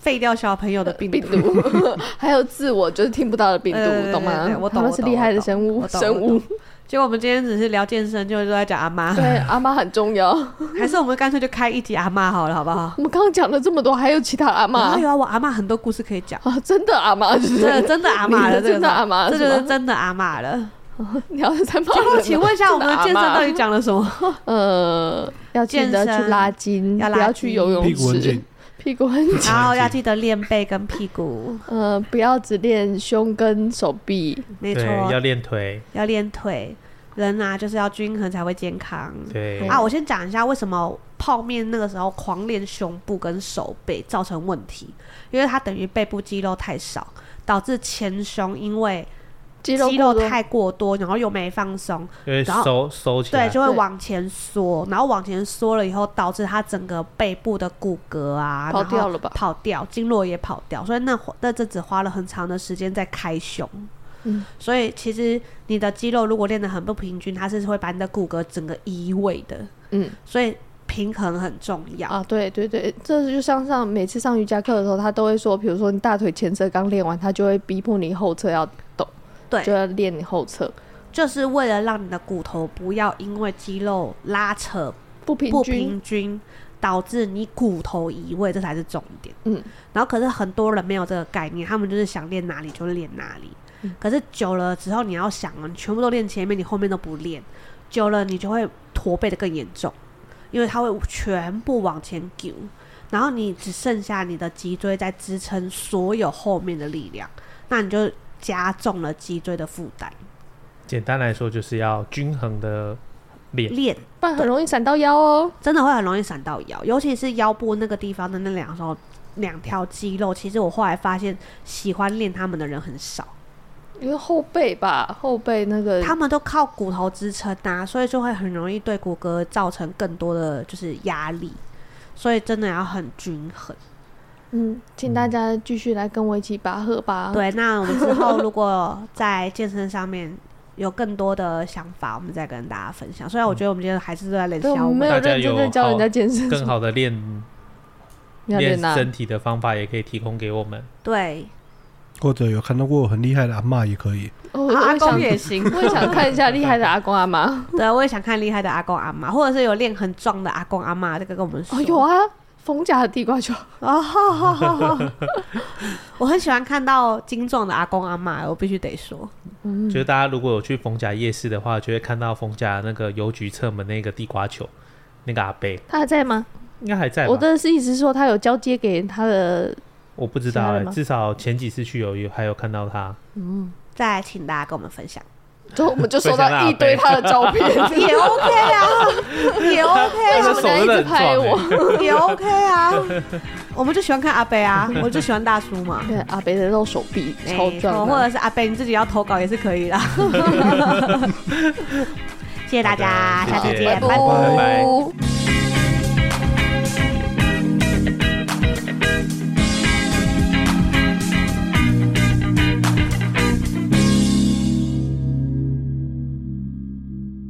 Speaker 2: 废掉小朋友的
Speaker 3: [LAUGHS]
Speaker 2: 病毒。
Speaker 3: [LAUGHS] 病毒，还有自我就是听不到的病
Speaker 2: 对对对
Speaker 3: 毒，
Speaker 2: 对
Speaker 3: 懂吗
Speaker 2: 对？我懂
Speaker 3: 她
Speaker 2: 我
Speaker 3: 都是
Speaker 2: 懂
Speaker 3: 厉害的
Speaker 2: 我懂
Speaker 3: 生物，
Speaker 2: 我懂
Speaker 3: 生
Speaker 2: 我懂
Speaker 3: 物。
Speaker 2: 结果我们今天只是聊健身，就都在讲阿妈，
Speaker 3: [LAUGHS] 对，阿嬷很重要。 [LAUGHS]
Speaker 2: 还是我们干脆就开一集阿妈好了，好不好？
Speaker 3: 我们刚刚讲了这么多，还有其他阿
Speaker 2: 啊，
Speaker 3: 嬷，
Speaker 2: 有啊，我阿妈很多故事可以讲
Speaker 3: [LAUGHS] 啊，真的阿嬷就是
Speaker 2: 真的真的阿妈了，
Speaker 3: 你的真的阿嬷
Speaker 2: 这个是这就
Speaker 3: 是吗
Speaker 2: 是真的阿妈了。
Speaker 3: 你要是在骂
Speaker 2: 结
Speaker 3: 人
Speaker 2: 果
Speaker 3: 了
Speaker 2: 请问一下，我
Speaker 3: [LAUGHS] 真的
Speaker 2: 们的
Speaker 3: 阿
Speaker 2: 健身
Speaker 3: 嬷
Speaker 2: 到底讲了什么？
Speaker 3: 呃，要记
Speaker 2: 健
Speaker 3: 得去
Speaker 2: 身
Speaker 3: 拉筋，
Speaker 2: 要
Speaker 3: 不
Speaker 2: 拉
Speaker 3: 要去
Speaker 2: 筋
Speaker 3: 游泳
Speaker 1: 屁股很
Speaker 3: 池
Speaker 1: 紧，，
Speaker 3: 屁股很
Speaker 4: [LAUGHS]
Speaker 2: [LAUGHS]
Speaker 3: 紧。
Speaker 2: 然后要记得练背跟屁股，
Speaker 3: 呃，不要只练胸跟手臂，
Speaker 2: 没错
Speaker 4: 对，，要练腿。
Speaker 2: 要练腿。人啊，就是要均衡才会健康。
Speaker 4: 对，
Speaker 2: 啊，我先讲一下为什么泡面那个时候狂练胸部跟手背造成问题，因为它等于背部肌肉太少，导致前胸因为
Speaker 3: 肌肉
Speaker 2: 肌
Speaker 3: 过
Speaker 2: 肉
Speaker 3: 多
Speaker 2: 太过多，然后又没放松，
Speaker 4: 因为
Speaker 2: 然后
Speaker 4: 收收起
Speaker 2: 对，
Speaker 4: 来，
Speaker 2: 就会
Speaker 3: 对
Speaker 2: 往前缩，然后往前缩了以后，导致他整个背部的骨骼啊
Speaker 3: 跑
Speaker 2: 然后
Speaker 3: 掉了吧
Speaker 2: 跑掉，经络也跑掉，所以那会那阵子花了很长的时间在开胸。
Speaker 3: 嗯，
Speaker 2: 所以其实你的肌肉如果练得很不平均，它是会把你的骨骼整个移位的，
Speaker 3: 嗯
Speaker 2: 所以平衡很重要。
Speaker 3: 啊，对对对，这就像上每次上瑜伽课的时候，他都会说，比如说你大腿前侧刚练完，他就会逼迫你后侧要抖，
Speaker 2: 对
Speaker 3: 就要练你后侧
Speaker 2: 就是为了让你的骨头不要因为肌肉拉扯
Speaker 3: 不平
Speaker 2: 不
Speaker 3: 均，
Speaker 2: 平均，导致你骨头移位，这才是重点。
Speaker 3: 嗯，
Speaker 2: 然后可是很多人没有这个概念，他们就是想练哪里就练哪里。
Speaker 3: 嗯
Speaker 2: 可是久了之后，你要想啊，你全部都练前面，你后面都不练，久了你就会驼背的更严重，因为它会全部往前丢，然后你只剩下你的脊椎在支撑所有后面的力量，那你就加重了脊椎的负担。
Speaker 4: 简单来说就是要均衡的练。
Speaker 2: 练
Speaker 3: 不然很容易闪到腰哦。
Speaker 2: 真的会很容易闪到腰，尤其是腰部那个地方的那两条两条肌肉。其实我后来发现，喜欢练它们的人很少，
Speaker 3: 因为后背吧，后背那个
Speaker 2: 他们都靠骨头支撑啊，所以就会很容易对骨骼造成更多的就是压力。所以真的要很均衡。
Speaker 3: 嗯，请大家继续来跟我一起拔河吧。，
Speaker 2: 对，那我们之后如果在健身上面有更多的想法，我们再跟大家分享。虽然我觉得我们今天还是都在练
Speaker 3: 对，
Speaker 2: 消
Speaker 3: 我们没
Speaker 2: 委，
Speaker 3: 有
Speaker 4: 大家
Speaker 3: 认真
Speaker 4: 有
Speaker 3: 的教人
Speaker 4: 好
Speaker 3: 家健身，
Speaker 4: 更好的练
Speaker 3: [LAUGHS] 你要练哪？啊
Speaker 4: 身体的方法也可以提供给我们。
Speaker 2: 对，
Speaker 1: 或者有看到过很厉害的阿嬷也可以。
Speaker 3: 哦
Speaker 2: 啊阿公也
Speaker 3: 也，
Speaker 2: 行。
Speaker 3: [LAUGHS] 我也想看一下厉害的阿公阿妈。
Speaker 2: [LAUGHS] 对，啊我也想看厉害的阿公阿妈，或者是有练很壮的阿公阿妈，这个跟我们说。
Speaker 3: 哦，有啊，冯甲的地瓜球，
Speaker 2: 哦，好好好好好哦 [LAUGHS] 我很喜欢看到精壮的阿公阿妈，我必须得说，
Speaker 3: 嗯
Speaker 4: 就是大家如果有去逢甲夜市的话，就会看到逢甲那个邮局侧门那个地瓜球，那个阿伯
Speaker 3: 他还在吗？
Speaker 4: 应该还在吧？
Speaker 3: 我
Speaker 4: 我
Speaker 3: 的是意思是说他有交接给他的，
Speaker 4: 不知
Speaker 3: 现在
Speaker 4: 道哎、
Speaker 3: 了吗
Speaker 4: 至少前几次去有有还有看到他。
Speaker 3: 嗯，
Speaker 2: 再来请大家跟我们分
Speaker 3: [LAUGHS]
Speaker 2: 享，
Speaker 3: 就我们就收 [LAUGHS]
Speaker 4: 分享
Speaker 3: 到
Speaker 4: 了
Speaker 3: 一堆他的照片，
Speaker 2: 也 OK 啊，也 OK
Speaker 3: 为什 [LAUGHS]
Speaker 2: 啊
Speaker 3: 么大家一直拍
Speaker 4: 欸
Speaker 3: 我？
Speaker 2: 也 OK 啊，我们就喜欢看阿贝啊，我就喜欢大叔嘛，
Speaker 3: 对，阿北的露手 [LAUGHS] 臂
Speaker 2: 哎
Speaker 3: [LAUGHS] 超壮
Speaker 2: 或
Speaker 3: 的，
Speaker 2: 者是阿贝你自己要投稿也是可 [LAUGHS]
Speaker 3: [LAUGHS]
Speaker 2: 以的，谢谢大家，
Speaker 4: 好
Speaker 2: 下
Speaker 4: 的
Speaker 2: 次
Speaker 4: 谢谢
Speaker 2: 见，
Speaker 4: 拜
Speaker 2: 拜
Speaker 4: 拜
Speaker 3: 拜